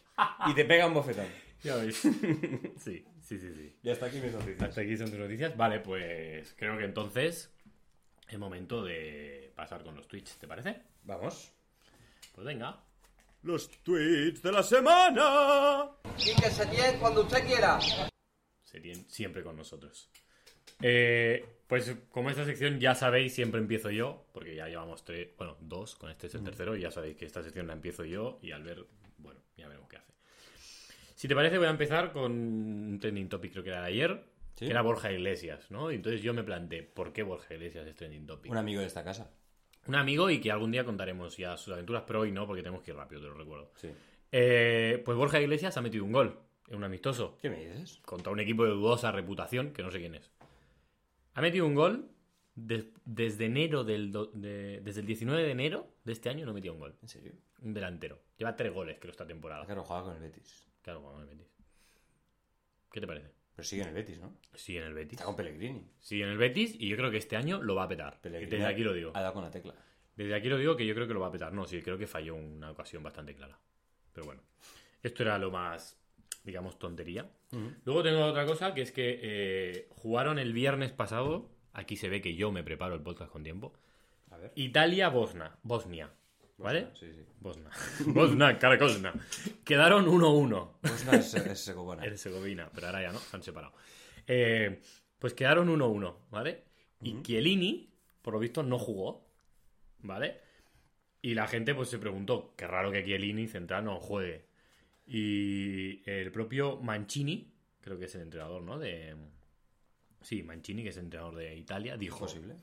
Speaker 2: y te pega un bofetón.
Speaker 1: Ya veis. Sí, sí, sí, sí.
Speaker 2: Y hasta aquí mis noticias.
Speaker 1: Hasta aquí son tus noticias. Vale, pues creo que entonces es momento de pasar con los Twitch, ¿te parece?
Speaker 2: Vamos.
Speaker 1: Pues venga.
Speaker 2: Los tweets de la semana.
Speaker 3: Quique Setién cuando usted quiera.
Speaker 1: Serien siempre con nosotros. Eh, pues como esta sección ya sabéis, siempre empiezo yo, porque ya llevamos tres, bueno, dos, con este es el tercero, y ya sabéis que esta sección la empiezo yo y al ver, bueno, ya veremos qué hace. Si te parece, voy a empezar con un trending topic, creo que era de ayer,
Speaker 2: Sí.
Speaker 1: que era Borja Iglesias, ¿no? Y entonces yo me planteé, ¿por qué Borja Iglesias es trending topic?
Speaker 2: Un amigo de esta casa.
Speaker 1: Un amigo y que algún día contaremos ya sus aventuras, pero hoy no, porque tenemos que ir rápido, te lo recuerdo.
Speaker 2: Sí.
Speaker 1: Eh, pues Borja Iglesias ha metido un gol en un amistoso
Speaker 2: ¿Qué me dices?
Speaker 1: contra un equipo de dudosa reputación, que no sé quién es. Ha metido un gol des- desde enero del do- de- desde el 19 de enero de este año no metía un gol.
Speaker 2: ¿En serio?
Speaker 1: Un delantero. Lleva tres goles, creo, esta temporada.
Speaker 2: que no jugaba con el Betis.
Speaker 1: Claro, vamos al Betis. ¿Qué te parece?
Speaker 2: Pero sigue en el Betis, ¿no?
Speaker 1: Sí, en el Betis.
Speaker 2: Está con Pellegrini.
Speaker 1: Sí, en el Betis y yo creo que este año lo va a petar.
Speaker 2: Pellegrini
Speaker 1: Desde aquí lo digo.
Speaker 2: Ha dado con la tecla.
Speaker 1: Desde aquí lo digo que yo creo que lo va a petar. No, sí, creo que falló una ocasión bastante clara. Pero bueno, esto era lo más, digamos, tontería. Luego tengo otra cosa, que es que eh, jugaron el viernes pasado. Aquí se ve que yo me preparo el podcast con tiempo.
Speaker 2: A ver.
Speaker 1: Italia-Bosnia. Bosnia. ¿Vale?
Speaker 2: Sí, sí.
Speaker 1: Bosnia. Bosnia, Caracosna. Quedaron 1-1.
Speaker 2: Bosnia es, es Segovana.
Speaker 1: Herzegovina, pero ahora ya no, se han separado. Eh, pues quedaron 1-1, ¿vale? Y Chiellini, por lo visto, no jugó, ¿vale? Y la gente pues se preguntó, qué raro que Chiellini central no juegue. Y el propio Mancini, creo que es el entrenador, ¿no? De... Sí, Mancini, que es el entrenador de Italia, dijo,
Speaker 2: ¿Posible?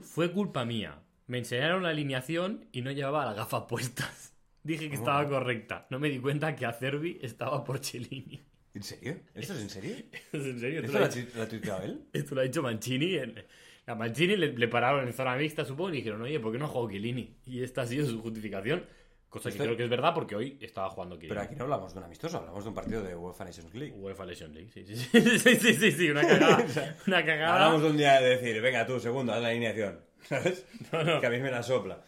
Speaker 1: fue culpa mía. Me enseñaron la alineación y no llevaba las gafas puestas. Dije que estaba correcta. No me di cuenta que Acerbi estaba por Chiellini.
Speaker 2: ¿En serio? ¿Esto es en serio?
Speaker 1: ¿Es en serio? ¿Esto lo,
Speaker 2: ¿Esto lo
Speaker 1: ha
Speaker 2: ha
Speaker 1: dicho,
Speaker 2: tuit- lo ha tuiteado él?
Speaker 1: esto lo ha dicho Mancini. en- a Mancini le, le pararon en zona mixta, supongo, y dijeron, oye, ¿por qué no ha jugado Chiellini? Y esta ha sido su justificación. Cosa que
Speaker 2: Esto-
Speaker 1: creo que es verdad porque hoy estaba jugando
Speaker 2: Este Pero
Speaker 1: Chiellini.
Speaker 2: aquí no hablamos de un amistoso, hablamos de un partido de UEFA Nations League.
Speaker 1: UEFA Lesion League, sí, sí, sí, sí, sí, sí, sí, una cagada. Una cagada.
Speaker 2: Hablamos de un día de decir, venga tú, segundo, haz la alineación. ¿Sabes? Que a mí me la sopla.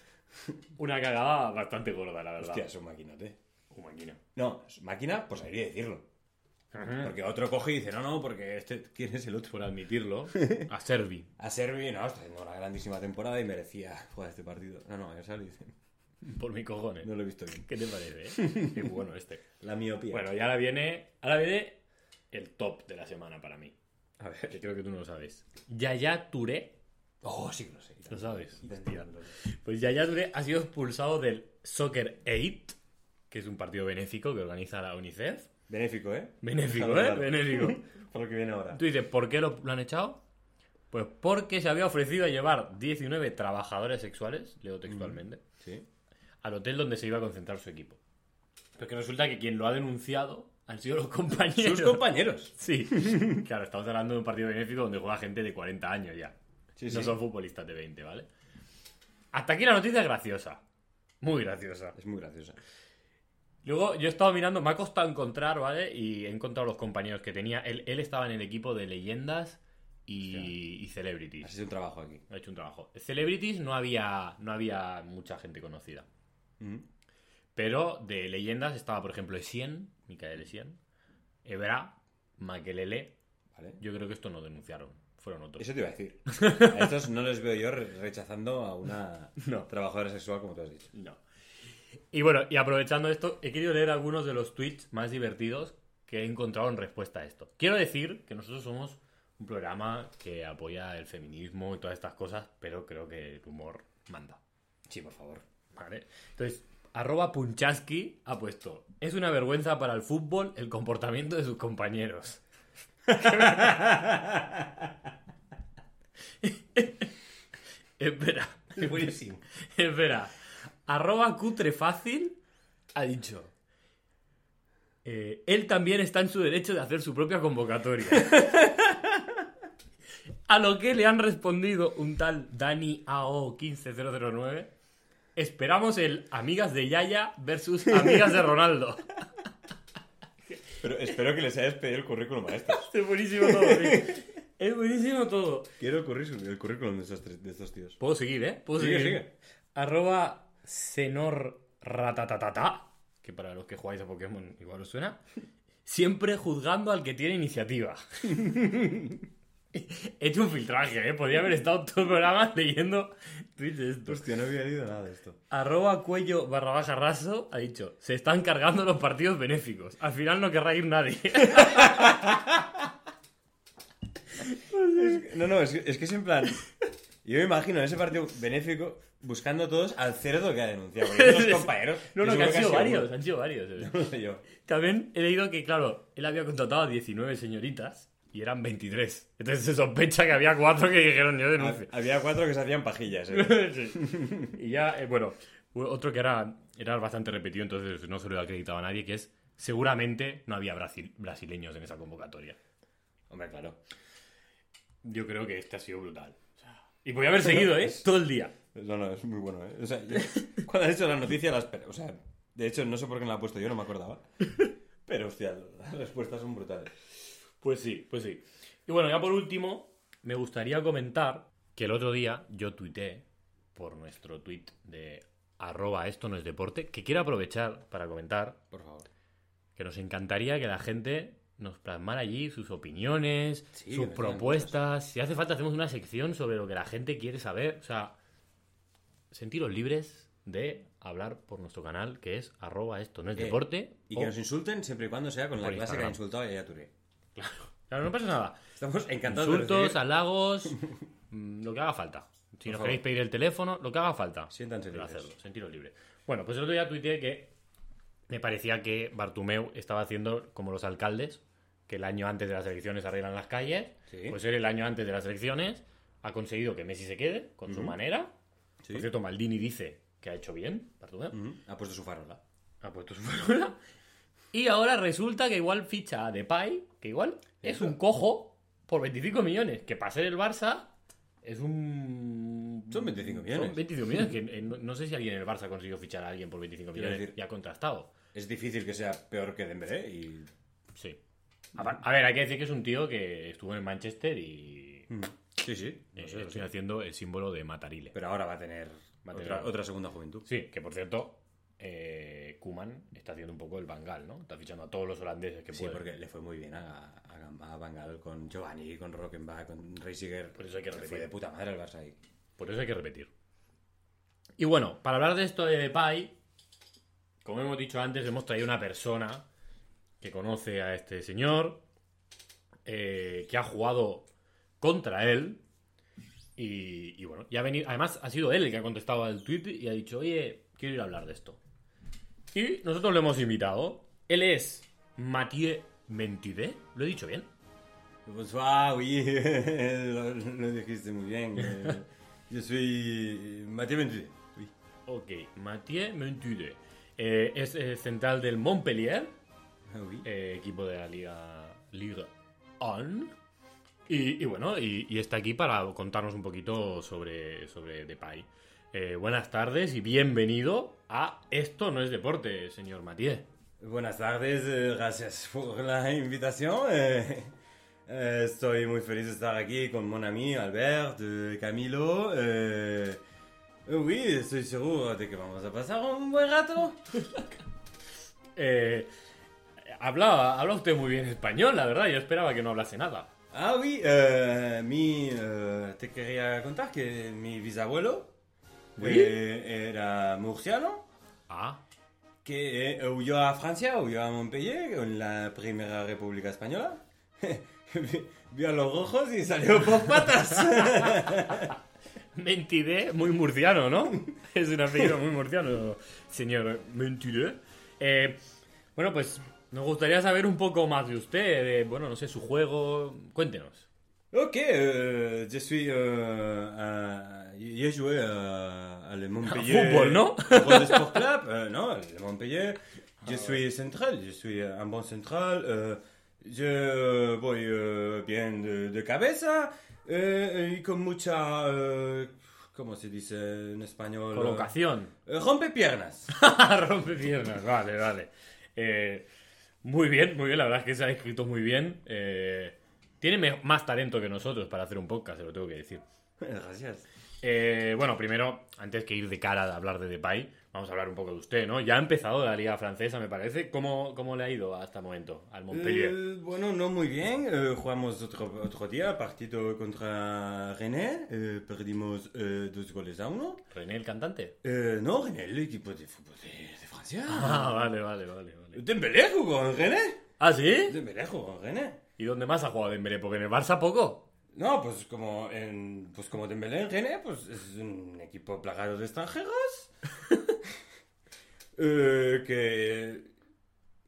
Speaker 1: Una cagada bastante gorda, la verdad.
Speaker 2: Hostia, es un maquinote.
Speaker 1: Un Mancini.
Speaker 2: No, es máquina, pues habría que decirlo.
Speaker 1: Mm.
Speaker 2: Porque otro coge y dice, no, no, porque este, ¿quién es el otro?
Speaker 1: Por admitirlo, a Servi.
Speaker 2: A Servi, no, está haciendo una grandísima temporada y merecía jugar este partido. No, no, a Servi dice,
Speaker 1: Por mis cojones.
Speaker 2: no lo he visto bien.
Speaker 1: ¿Qué te parece? eh? Qué bueno este.
Speaker 2: La miopía.
Speaker 1: Bueno, y ahora viene, ahora viene el top de la semana para mí.
Speaker 2: a
Speaker 1: Que
Speaker 2: ver.
Speaker 1: creo que tú no lo sabes. Yaya Touré
Speaker 2: Oh, sí que lo sé.
Speaker 1: ¿Lo sabes?
Speaker 2: Hostia.
Speaker 1: Pues Yaya Touré ha sido expulsado del Soccer 8, que es un partido benéfico que organiza la UNICEF.
Speaker 2: Benéfico, ¿eh?
Speaker 1: Benéfico,
Speaker 2: Claro,
Speaker 1: ¿eh?
Speaker 2: claro.
Speaker 1: Benéfico.
Speaker 2: Por lo que viene ahora.
Speaker 1: Tú dices, ¿por qué lo, lo han echado? Pues porque se había ofrecido a llevar 19 trabajadores sexuales, leo textualmente,
Speaker 2: Sí.
Speaker 1: al hotel donde se iba a concentrar su equipo. Pero que resulta que quien lo ha denunciado han sido los compañeros.
Speaker 2: Sus compañeros.
Speaker 1: Sí, claro, estamos hablando de un partido benéfico donde juega gente de 40 años ya.
Speaker 2: Sí,
Speaker 1: no
Speaker 2: sí.
Speaker 1: son futbolistas de 20, ¿vale? Hasta aquí la noticia es graciosa. Muy graciosa.
Speaker 2: Es muy graciosa.
Speaker 1: Luego yo he estado mirando, me ha costado encontrar, ¿vale? Y he encontrado los compañeros que tenía. Él, él estaba en el equipo de leyendas y, y
Speaker 2: Has
Speaker 1: celebrities.
Speaker 2: hecho un trabajo aquí.
Speaker 1: Ha hecho un trabajo. Celebrities no había, no había mucha gente conocida.
Speaker 2: Ujú.
Speaker 1: Pero de leyendas estaba, por ejemplo, Essien, Micael Essien, Ebra, Makelele.
Speaker 2: Vale.
Speaker 1: Yo creo que esto no denunciaron. Fueron otros.
Speaker 2: Eso te iba a decir. A estos no les veo yo re- rechazando a una
Speaker 1: No.
Speaker 2: trabajadora sexual, como tú has dicho.
Speaker 1: No. Y bueno, y aprovechando esto, he querido leer algunos de los tweets más divertidos que he encontrado en respuesta a esto. Quiero decir que nosotros somos un programa que apoya el feminismo y todas estas cosas, pero creo que el humor manda.
Speaker 2: Sí, por favor.
Speaker 1: ¿Vale? Entonces, arroba Punchaski ha puesto, es una vergüenza para el fútbol el comportamiento de sus compañeros. Espera.
Speaker 2: Buenísimo.
Speaker 1: Espera. Arroba cutrefácil ha dicho. eh, él también está en su derecho de hacer su propia convocatoria. A lo que le han respondido un tal Dani AO15009. Esperamos el Amigas de Yaya versus Amigas de Ronaldo.
Speaker 2: Espero, espero que les hayas pedido el currículum a estos.
Speaker 1: Es buenísimo todo, tío. Es buenísimo todo.
Speaker 2: Quiero el currículum, el currículum de, estos tres- de estos tíos.
Speaker 1: Puedo seguir, ¿eh? Puedo
Speaker 2: Sigue,
Speaker 1: seguir.
Speaker 2: sigue.
Speaker 1: Arroba senorratatatata, que para los que jugáis a Pokémon igual os suena. Siempre juzgando al que tiene iniciativa. He hecho un filtraje, ¿eh? Podría haber estado todo el programa leyendo tweets de esto.
Speaker 2: Hostia, no había leído nada de esto.
Speaker 1: Arroba cuello barra baja raso ha dicho, se están cargando los partidos benéficos. Al final no querrá ir nadie.
Speaker 2: No, no, es que, es que es en plan. Yo me imagino en ese partido benéfico buscando todos al cerdo que ha denunciado. Porque son los compañeros.
Speaker 1: No,
Speaker 2: yo
Speaker 1: no, que
Speaker 2: seguro
Speaker 1: han sido
Speaker 2: uno.
Speaker 1: varios, han sido varios. eh.
Speaker 2: No sé yo.
Speaker 1: También he leído que, claro, él había contratado a 19 señoritas y eran 23. Entonces se sospecha que había cuatro que dijeron yo denuncio.
Speaker 2: Había cuatro que se hacían pajillas. eh.
Speaker 1: Sí. Y ya, eh, bueno, otro que era, era bastante repetido, entonces no se lo he acreditado a nadie, que es seguramente no había brasi- brasileños en esa convocatoria.
Speaker 2: Hombre, claro.
Speaker 1: Yo creo que este ha sido brutal. O sea, Y voy a haber seguido, ¿eh? Todo el día.
Speaker 2: No, no, es muy bueno, ¿eh? O sea, yo- cuando has hecho la noticia, las, o sea, de hecho, no sé por qué no la he puesto yo, no me acordaba. Pero, hostia, las respuestas son brutales.
Speaker 1: Pues sí, pues sí. Y bueno, ya por último, me gustaría comentar que el otro día yo tuité por nuestro tweet de arroba esto no es deporte, que quiero aprovechar para comentar
Speaker 2: Por favor.
Speaker 1: que nos encantaría que la gente nos plasmara allí sus opiniones,
Speaker 2: Sí,
Speaker 1: sus
Speaker 2: que nos digan
Speaker 1: propuestas. Si hace falta, hacemos una sección sobre lo que la gente quiere saber. O sea, sentiros libres de hablar por nuestro canal, que es arroba esto no es
Speaker 2: Eh,
Speaker 1: deporte.
Speaker 2: Y
Speaker 1: o-
Speaker 2: que nos insulten siempre y cuando sea con
Speaker 1: Oh.
Speaker 2: la
Speaker 1: Por
Speaker 2: clase que
Speaker 1: Instagram.
Speaker 2: ha insultado a Yaya Touré.
Speaker 1: Claro, no pasa nada.
Speaker 2: Estamos encantados de
Speaker 1: Insultos,
Speaker 2: recibir...
Speaker 1: halagos, mm, lo que haga falta. Si nos
Speaker 2: favor.
Speaker 1: queréis pedir el teléfono, lo que haga falta.
Speaker 2: Siéntanse
Speaker 1: Pero
Speaker 2: libres.
Speaker 1: hacerlo, sentiros libres. Bueno, pues el otro día tuiteé que me parecía que Bartumeu estaba haciendo como los alcaldes, que el año antes de las elecciones arreglan las calles.
Speaker 2: Sí.
Speaker 1: Pues él el año antes de las elecciones ha conseguido que Messi se quede con su manera.
Speaker 2: Sí.
Speaker 1: Por cierto, Maldini dice que ha hecho bien Bartomeu.
Speaker 2: Ujú, Ha puesto su farola.
Speaker 1: Ha puesto su palabra. Y ahora resulta que igual ficha a Depay, que igual es un cojo por 25 millones, que para ser el Barça es un...
Speaker 2: Son 25 millones.
Speaker 1: Son 25 millones, que eh, no, no sé si alguien en el Barça consiguió fichar a alguien por 25
Speaker 2: Quiero
Speaker 1: millones
Speaker 2: decir-
Speaker 1: y ha contrastado.
Speaker 2: Es difícil que sea peor que Dembélé y...
Speaker 1: Sí.
Speaker 2: Mm.
Speaker 1: A, ver- a ver, hay que decir que es un tío que estuvo en Manchester y
Speaker 2: Sí, sí. no
Speaker 1: eh,
Speaker 2: sé,
Speaker 1: estoy haciendo el símbolo de Matarile.
Speaker 2: Pero ahora va a tener,
Speaker 1: Va a
Speaker 2: otra,
Speaker 1: tener-
Speaker 2: otra segunda juventud.
Speaker 1: Sí, que por cierto, eh, Kuman está haciendo un poco el bangal, ¿no? Está fichando a todos los holandeses que
Speaker 2: Sí,
Speaker 1: puede.
Speaker 2: porque le fue muy bien a, a, Gamba, a Van Gaal con Giovanni, con Rockenbach, con Reisiger.
Speaker 1: Por eso hay que
Speaker 2: Le Fue
Speaker 1: repetir.
Speaker 2: de puta madre el Barça ahí.
Speaker 1: Por eso hay que repetir. Y bueno, para hablar de esto de Depay, como hemos dicho antes, hemos traído una persona que conoce a este señor, eh, que ha jugado contra él. Y, y bueno, ya ha venido. Además, ha sido él el que ha contestado al tweet y ha dicho, oye, quiero ir a hablar de esto. Y nosotros lo hemos invitado. Él es Mathieu Mentidé. ¿Lo he dicho bien?
Speaker 2: Pues, wow, y- lo, lo dijiste muy bien. eh. Yo soy Mathieu Bentude. Uy.
Speaker 1: Ok, Mathieu Mentidé. Eh, es eh, central del Montpellier.
Speaker 2: Ah, uy.
Speaker 1: eh, equipo de la Liga, Liga On. Y, y bueno, y, y está aquí para contarnos un poquito sobre, sobre Depay. Eh, buenas tardes y bienvenido a Esto no es deporte, señor Matías.
Speaker 2: Buenas tardes, eh, gracias por la invitación. eh. Eh, estoy muy feliz de estar aquí con mon ami Albert, eh, Camilo. eh. Eh, oui, estoy seguro de que vamos a pasar un buen rato.
Speaker 1: Eh, habla, habla usted muy bien español, la verdad. Yo esperaba que no hablase nada.
Speaker 2: Ah oui, euh, mi, euh, te quería contar que mi bisabuelo
Speaker 1: Oui.
Speaker 2: eh, era murciano,
Speaker 1: Ah,
Speaker 2: que eh, huyó a Francia, huyó a Montpellier en la Primera República Española. Vi- Vio a los rojos y salió por patas.
Speaker 1: Mentiré, muy murciano, ¿no? Es un apellido muy murciano, señor Mentiré. Eh, bueno, pues nos gustaría saber un poco más de usted, de, bueno, no sé, su juego. Cuéntenos.
Speaker 2: ok, euh, je suis. euh, à- J'ai joué euh, à le Montpellier.
Speaker 1: Football, non
Speaker 2: Football Sport Club, euh, non, le Montpellier. Je suis central, je suis un bon central. euh, je voy euh, bien de, de cabeza. euh, y con mucha. euh, ¿Cómo se dice en español?
Speaker 1: Colocación.
Speaker 2: Eh, rompe piernas.
Speaker 1: Rompe piernas, vale, vale. Eh, Muy bien, muy bien. La verdad es que se ha escrito muy bien. Eh, tiene me- más talento que nosotros para hacer un podcast, se lo tengo que decir.
Speaker 2: Gracias.
Speaker 1: Eh, bueno, primero, antes que ir de cara a hablar de Depay, vamos a hablar un poco de usted, ¿no? Ya ha empezado la Liga Francesa, me parece. ¿Cómo, cómo le ha ido hasta el momento al Montpellier?
Speaker 2: Eh, bueno, no muy bien. Eh, jugamos otro, otro día, partido contra René. Eh, perdimos eh, dos goles a uno.
Speaker 1: ¿René el cantante?
Speaker 2: Eh, no, René, el equipo de fútbol de, de Francia.
Speaker 1: Ah, vale, vale, vale. vale.
Speaker 2: Dembélé jugó en René.
Speaker 1: ¿Ah, sí?
Speaker 2: Dembélé jugó en René.
Speaker 1: ¿Y dónde más ha jugado Dembélé? Porque en el Barça poco.
Speaker 2: No, pues como, en, pues como Dembélé en René, pues es un equipo plagado de extranjeros. Eh, que...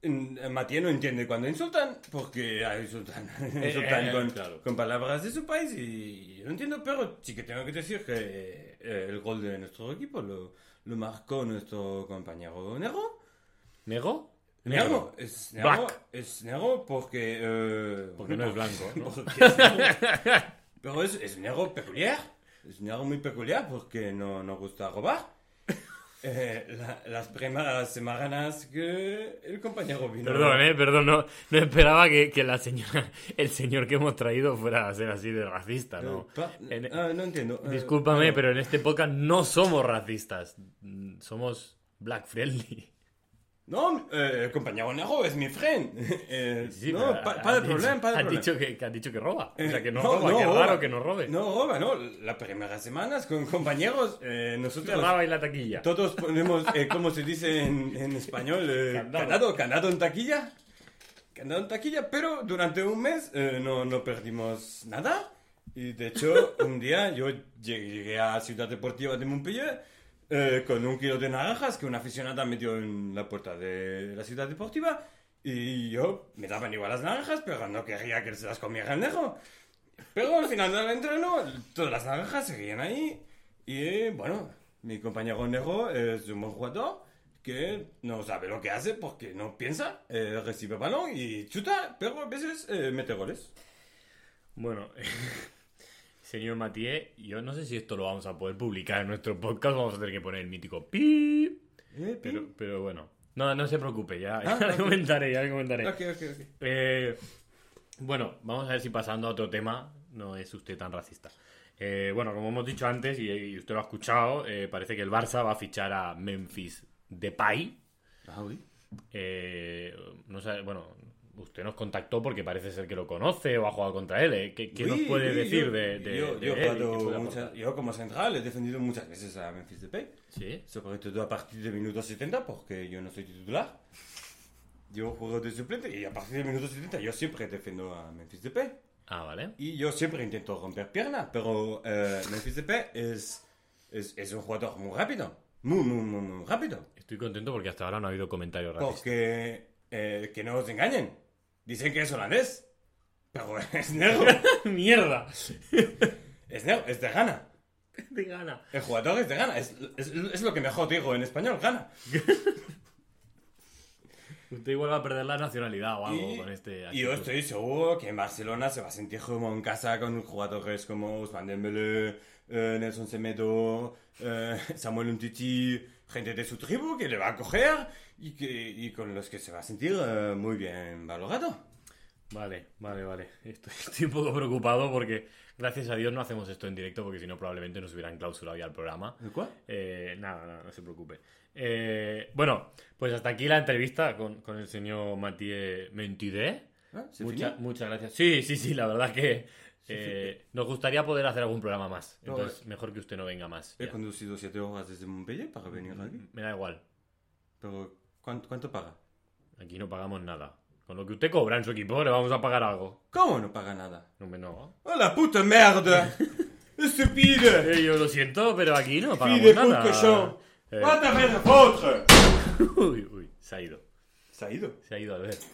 Speaker 2: en- en Mathieu no entiende cuando insultan, porque ah, insultan, insultan
Speaker 1: eh,
Speaker 2: con,
Speaker 1: claro.
Speaker 2: con palabras de su país y yo no entiendo, pero sí que tengo que decir que eh, el gol de nuestro equipo lo, lo marcó nuestro compañero Negro.
Speaker 1: ¿Negro?
Speaker 2: Negro, es negro,
Speaker 1: Black.
Speaker 2: es negro porque... eh,
Speaker 1: Porque no es blanco, ¿no?
Speaker 2: porque es negro. Pero es, es negro peculiar, es negro muy peculiar porque no, no gusta robar. Eh, la- las primeras semanas que el compañero vino...
Speaker 1: Perdón, eh, perdón, no, no esperaba que, que la señora, el señor que hemos traído fuera a ser así de racista,
Speaker 2: Eh,
Speaker 1: ¿no?
Speaker 2: pa-
Speaker 1: En-
Speaker 2: ah, no entiendo. eh,
Speaker 1: Discúlpame,
Speaker 2: bueno,
Speaker 1: pero en este podcast no somos racistas, Mm, somos black friendly.
Speaker 2: No, eh, el compañero negro es mi friend. Eh,
Speaker 1: Sí,
Speaker 2: no,
Speaker 1: pero
Speaker 2: pa-
Speaker 1: ha-
Speaker 2: para
Speaker 1: ha
Speaker 2: el problema,
Speaker 1: dicho-
Speaker 2: para el
Speaker 1: ha
Speaker 2: problema.
Speaker 1: dicho que, que ha dicho que roba, o sea que no,
Speaker 2: Eh, no,
Speaker 1: roba,
Speaker 2: no
Speaker 1: que es
Speaker 2: roba.
Speaker 1: raro que no robe.
Speaker 2: No roba, no. Las primeras semanas con compañeros, eh,
Speaker 1: Te
Speaker 2: nosotros...
Speaker 1: roba y la taquilla.
Speaker 2: Todos ponemos, eh, ¿cómo se dice en, en español? Eh,
Speaker 1: Candado.
Speaker 2: candado. candado, en taquilla. Candado en taquilla, pero durante un mes eh, no, no perdimos nada. Y de hecho, un día yo llegué llegué a Ciudad Deportiva de Montpellier eh, con un kilo de naranjas que una aficionada metió en la puerta de la Ciudad Deportiva. Y yo me daban igual las naranjas, pero no quería que se las comiera el negro. Pero al final del entreno, todas las naranjas seguían ahí. Y eh, bueno, mi compañero negro es un buen jugador que no sabe lo que hace porque no piensa, eh, recibe balón y chuta, pero a veces eh, mete goles.
Speaker 1: Bueno, señor Matié, yo no sé si esto lo vamos a poder publicar en nuestro podcast, vamos a tener que poner el mítico pi,
Speaker 2: Eh,
Speaker 1: pero,
Speaker 2: pin.
Speaker 1: pero bueno. No, no se preocupe, ya,
Speaker 2: Ah,
Speaker 1: ya
Speaker 2: ok.
Speaker 1: comentaré, ya comentaré.
Speaker 2: Ok, ok, ok.
Speaker 1: Eh, bueno, vamos a ver si pasando a otro tema no es usted tan racista. Eh, bueno, como hemos dicho antes y, y usted lo ha escuchado, eh, parece que el Barça va a fichar a Memphis Depay.
Speaker 2: Ah, oui.
Speaker 1: Eh, no sé, bueno, usted nos contactó porque parece ser que lo conoce o ha jugado contra él. eh. ¿Qué, qué nos
Speaker 2: Oui,
Speaker 1: puede
Speaker 2: oui,
Speaker 1: decir
Speaker 2: yo-
Speaker 1: de, de-
Speaker 2: yo,
Speaker 1: de
Speaker 2: yo
Speaker 1: él y qué
Speaker 2: cuando
Speaker 1: puede
Speaker 2: mucha-
Speaker 1: aportar?
Speaker 2: yo como central he defendido muchas veces a Memphis Depay,
Speaker 1: Sí.
Speaker 2: sobre todo a partir de minuto 70 porque yo no soy titular. Yo juego de suplente y a partir de minuto 70 yo siempre defiendo a Memphis Depay.
Speaker 1: Ah, vale.
Speaker 2: Y yo siempre intento romper pierna, pero eh, Memphis Depay es, es, es un jugador muy rápido. Muy, muy, muy, muy rápido.
Speaker 1: Estoy contento porque hasta ahora no ha habido
Speaker 2: Oh.
Speaker 1: comentarios racistas.
Speaker 2: Porque, eh, que no os engañen, dicen que es holandés, pero es negro.
Speaker 1: ¡Mierda!
Speaker 2: es negro, es de Ghana.
Speaker 1: De gana.
Speaker 2: El jugador es de Ghana, es, es- es lo que mejor digo en español, Ghana.
Speaker 1: Usted igual va a perder la nacionalidad o algo con este.
Speaker 2: y yo
Speaker 1: actitud.
Speaker 2: estoy seguro que en Barcelona se va a sentir como en casa con jugadores como Ousmane Dembélé, eh, Nelson Semedo, eh, Samuel Umtiti, gente de su tribu que le va a coger y, que, y con los que se va a sentir eh, muy bien valorado.
Speaker 1: Vale, vale, vale. Estoy, estoy un poco preocupado porque gracias a Dios no hacemos esto en directo porque si no probablemente nos hubieran clausurado ya el programa.
Speaker 2: ¿Cuál?
Speaker 1: Eh, nada, nada, no se preocupe. Eh, bueno, pues hasta aquí la entrevista con, con el señor Mathieu Mentidé.
Speaker 2: Ah,
Speaker 1: Mucha- muchas gracias. Sí, sí, sí, la verdad que eh, nos gustaría poder hacer algún programa más.
Speaker 2: No,
Speaker 1: Entonces, mejor que usted no venga más.
Speaker 2: He
Speaker 1: ya.
Speaker 2: conducido siete horas desde Montpellier para venir aquí,
Speaker 1: Me da igual.
Speaker 2: pero ¿cuánto, cuánto paga?
Speaker 1: Aquí no pagamos nada. Con lo que usted cobra en su equipo, le vamos a pagar algo.
Speaker 2: ¿Cómo no paga nada?
Speaker 1: No, me no.
Speaker 2: ¡Oh, la puta mierda! ¡Estúpido!
Speaker 1: Eh, yo lo siento, pero aquí no pagamos
Speaker 2: ¡Fille de
Speaker 1: nada.
Speaker 2: puto
Speaker 1: Eh,
Speaker 2: ¡Va a ver otro!
Speaker 1: Uy, uy, se ha ido.
Speaker 2: Se ha ido.
Speaker 1: Se ha ido al ver. se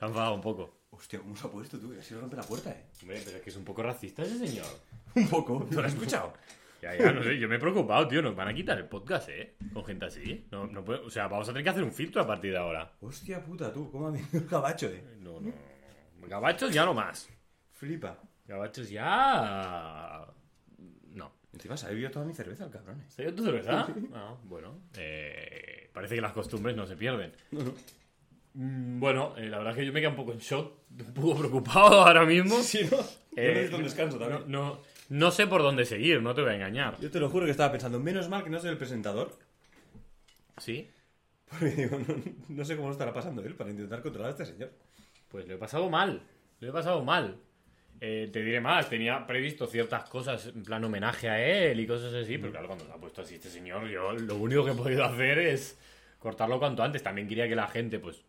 Speaker 1: ha enfadado un poco.
Speaker 2: Hostia, ¿cómo se ha puesto tú? Así rompe la puerta, eh.
Speaker 1: Hombre, pero es que es un poco racista ese señor.
Speaker 2: Un poco. ¿No lo has escuchado?
Speaker 1: Ya, ya, no sé, yo me he preocupado, tío. Nos van a quitar el podcast, ¿eh? Con gente así. No, no puede- o sea, vamos a tener que hacer un filtro a partir de ahora.
Speaker 2: Hostia puta, tú, cómo ha venido el gabacho, eh.
Speaker 1: No, no. Gabachos ya no más.
Speaker 2: Flipa.
Speaker 1: Gabachos ya. No.
Speaker 2: Encima se ha bebido toda mi cerveza el cabrón, eh.
Speaker 1: ¿Se dio tu cerveza? Ah, bueno. Eh, parece que las costumbres no se pierden. Mm, Bueno, eh, la verdad es que yo me quedo un poco en shock, un poco preocupado ahora mismo.
Speaker 2: ¿no?
Speaker 1: Eh,
Speaker 2: necesito un descanso
Speaker 1: No,
Speaker 2: también.
Speaker 1: no, no sé por dónde seguir, no te voy a engañar.
Speaker 2: Yo te lo juro que estaba pensando, menos mal que no soy el presentador.
Speaker 1: ¿Sí?
Speaker 2: Porque digo, no, no sé cómo lo estará pasando él para intentar controlar a este señor.
Speaker 1: Pues lo he pasado mal, lo he pasado mal. Eh, te diré más, tenía previsto ciertas cosas, en plan homenaje a él y cosas así, pero claro, cuando se ha puesto así este señor, yo lo único que he podido hacer es cortarlo cuanto antes. También quería que la gente, pues,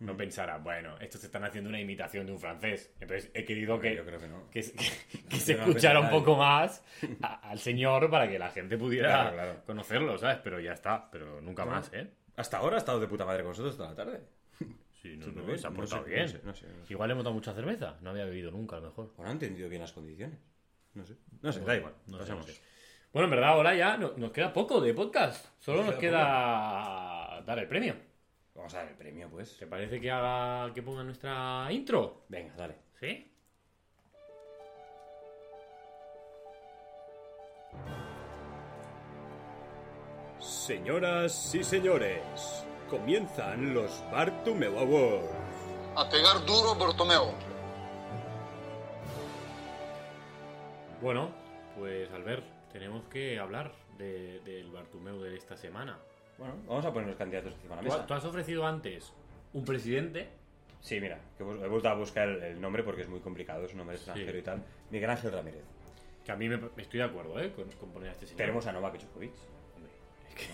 Speaker 1: no pensara, bueno, estos están haciendo una imitación de un francés. Entonces he querido que,
Speaker 2: Yo creo que no.
Speaker 1: que, se- que- que se
Speaker 2: Pero no
Speaker 1: escuchara un
Speaker 2: pensará
Speaker 1: poco más a- al señor para que la gente pudiera
Speaker 2: Claro, claro.
Speaker 1: conocerlo, ¿sabes? Pero ya está, pero nunca más, ¿eh?
Speaker 2: Hasta ahora ha estado de puta madre con nosotros toda la tarde.
Speaker 1: Sí, no,
Speaker 2: Súper
Speaker 1: no,
Speaker 2: bien.
Speaker 1: se ha
Speaker 2: No
Speaker 1: portado
Speaker 2: sé,
Speaker 1: bien.
Speaker 2: no sé, no sé, no sé.
Speaker 1: Igual le hemos dado mucha cerveza, no había bebido nunca, a lo mejor.
Speaker 2: O no ha entendido bien las condiciones. No sé. No sé, da igual.
Speaker 1: No sé,
Speaker 2: pasamos.
Speaker 1: no sé. Bueno, en verdad, ahora ya no- nos queda poco de podcast. Solo
Speaker 2: Nos
Speaker 1: nos, queda, dar el premio.
Speaker 2: Vamos a dar el premio, pues.
Speaker 1: ¿Te parece que haga que ponga nuestra intro?
Speaker 2: Venga, dale.
Speaker 1: ¿Sí?
Speaker 4: Señoras y señores, comienzan los Bartumeo Awards.
Speaker 5: A pegar duro, Bartomeu.
Speaker 1: Bueno, pues Albert, tenemos que hablar de- del Bartumeu de esta semana.
Speaker 2: Bueno, vamos a poner los candidatos encima de la
Speaker 1: Tú,
Speaker 2: mesa.
Speaker 1: tú has ofrecido antes un presidente.
Speaker 2: Sí, mira, que he vu- he vuelto a buscar el, el nombre porque es muy complicado, es un nombre extranjero y tal. Miguel Ángel Ramírez.
Speaker 1: Que a mí me, estoy de acuerdo, ¿eh? Con, con poner a este señor.
Speaker 2: Tenemos a Novak Djokovic.
Speaker 1: Hombre,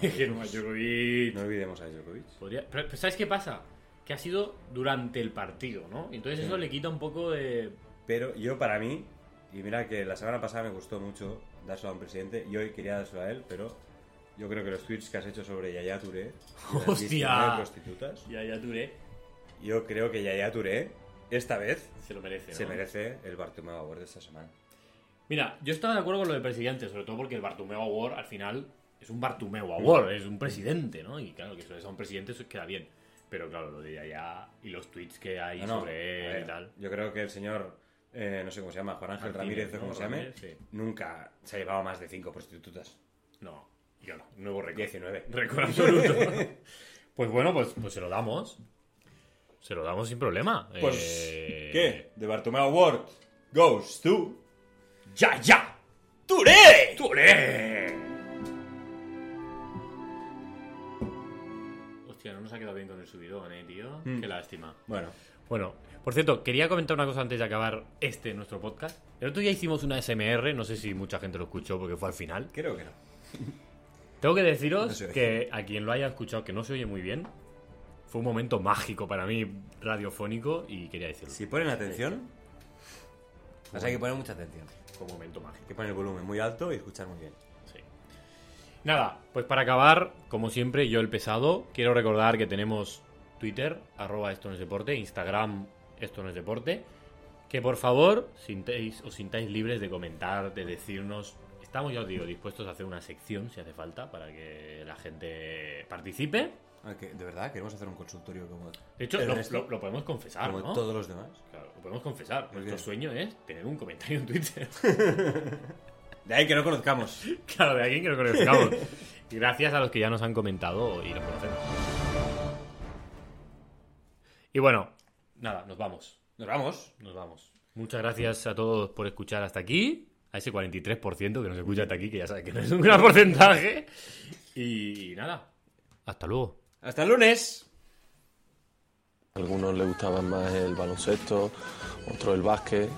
Speaker 1: es que Novak Djokovic-
Speaker 2: No olvidemos a Djokovic.
Speaker 1: Podría- pero, pero ¿sabes qué pasa? Que ha sido durante el partido, ¿no? Entonces eso le quita un poco de...
Speaker 2: Pero yo para mí, y mira que la semana pasada me gustó mucho dárselo a un presidente, y hoy quería dárselo a él, pero yo creo que los tweets que has hecho sobre Yaya Touré, y las
Speaker 1: ¡Hostia!
Speaker 2: 19 prostitutas,
Speaker 1: Ya, ya duré.
Speaker 2: yo creo que Yaya Touré, esta vez,
Speaker 1: Se lo merece. ¿no?
Speaker 2: se merece el Bartomeu Award de esta semana.
Speaker 1: Mira, yo estaba de acuerdo con lo del presidente, sobre todo porque el Bartumeo Award al final es un
Speaker 2: Mm.
Speaker 1: Bartumeo Award, es un presidente, ¿no? Y claro, que eso es a un presidente, eso queda bien. Pero claro, lo de allá y los tweets que hay
Speaker 2: No, Ah, no,
Speaker 1: sobre
Speaker 2: a
Speaker 1: él
Speaker 2: ver,
Speaker 1: y tal.
Speaker 2: Yo creo que el señor, eh, no sé cómo se llama, Juan Ángel
Speaker 1: Martínez,
Speaker 2: Ramírez o
Speaker 1: ¿no?
Speaker 2: como se llame,
Speaker 1: Ramírez, sí.
Speaker 2: nunca se ha llevado más de 5 prostitutas.
Speaker 1: No, y claro, nuevo récord.
Speaker 2: 19.
Speaker 1: Récord absoluto. pues bueno, pues, pues se lo damos. Se lo damos sin problema. Eh,
Speaker 2: Pues, ¿Qué? De Bartomeu Award goes to...
Speaker 1: ¡Ya, ya!
Speaker 2: ¡Touré!
Speaker 1: ¡Tore! Hostia, no nos ha quedado bien con el subidón, eh, tío. Qué lástima.
Speaker 2: Bueno,
Speaker 1: Bueno, por cierto, quería comentar una cosa antes de acabar este nuestro podcast. El otro día hicimos una SMR, no sé si mucha gente lo escuchó porque fue al final.
Speaker 2: creo que no.
Speaker 1: Tengo que
Speaker 2: No
Speaker 1: deciros
Speaker 2: se oye.
Speaker 1: que a quien lo haya escuchado, que no se oye muy bien, fue un momento mágico para mí, radiofónico, y quería decirlo.
Speaker 2: Si ponen atención... Pasa que poner mucha atención.
Speaker 1: Fue un momento mágico.
Speaker 2: Hay que poner el volumen muy alto y escuchar muy bien.
Speaker 1: Sí. Nada, pues para acabar, como siempre, yo el pesado, quiero recordar que tenemos Twitter, arroba esto no es deporte, Instagram, esto no es deporte, que por favor sintéis, os sintáis libres de comentar, de decirnos, estamos, ya os digo, dispuestos a hacer una sección, si hace falta, para que la gente participe.
Speaker 2: Ah, que, de verdad, queremos hacer un consultorio como,
Speaker 1: De hecho,
Speaker 2: el
Speaker 1: lo,
Speaker 2: resto,
Speaker 1: lo- lo podemos confesar,
Speaker 2: como
Speaker 1: ¿no?
Speaker 2: todos los demás.
Speaker 1: Claro, lo podemos confesar. Nuestro
Speaker 2: qué?
Speaker 1: sueño es tener un comentario en Twitter.
Speaker 2: De ahí que no conozcamos.
Speaker 1: Claro, de alguien que lo conozcamos. Y Gracias a los que ya nos han comentado y nos conocemos. Y bueno, nada, nos vamos.
Speaker 2: Nos vamos.
Speaker 1: Nos vamos. Muchas gracias a todos por escuchar hasta aquí. A ese 43% que nos escucha hasta aquí, que ya sabes que no es un gran porcentaje. Y nada, hasta luego.
Speaker 2: Hasta el lunes.
Speaker 6: algunos les gustaba más el baloncesto, otros el básquet,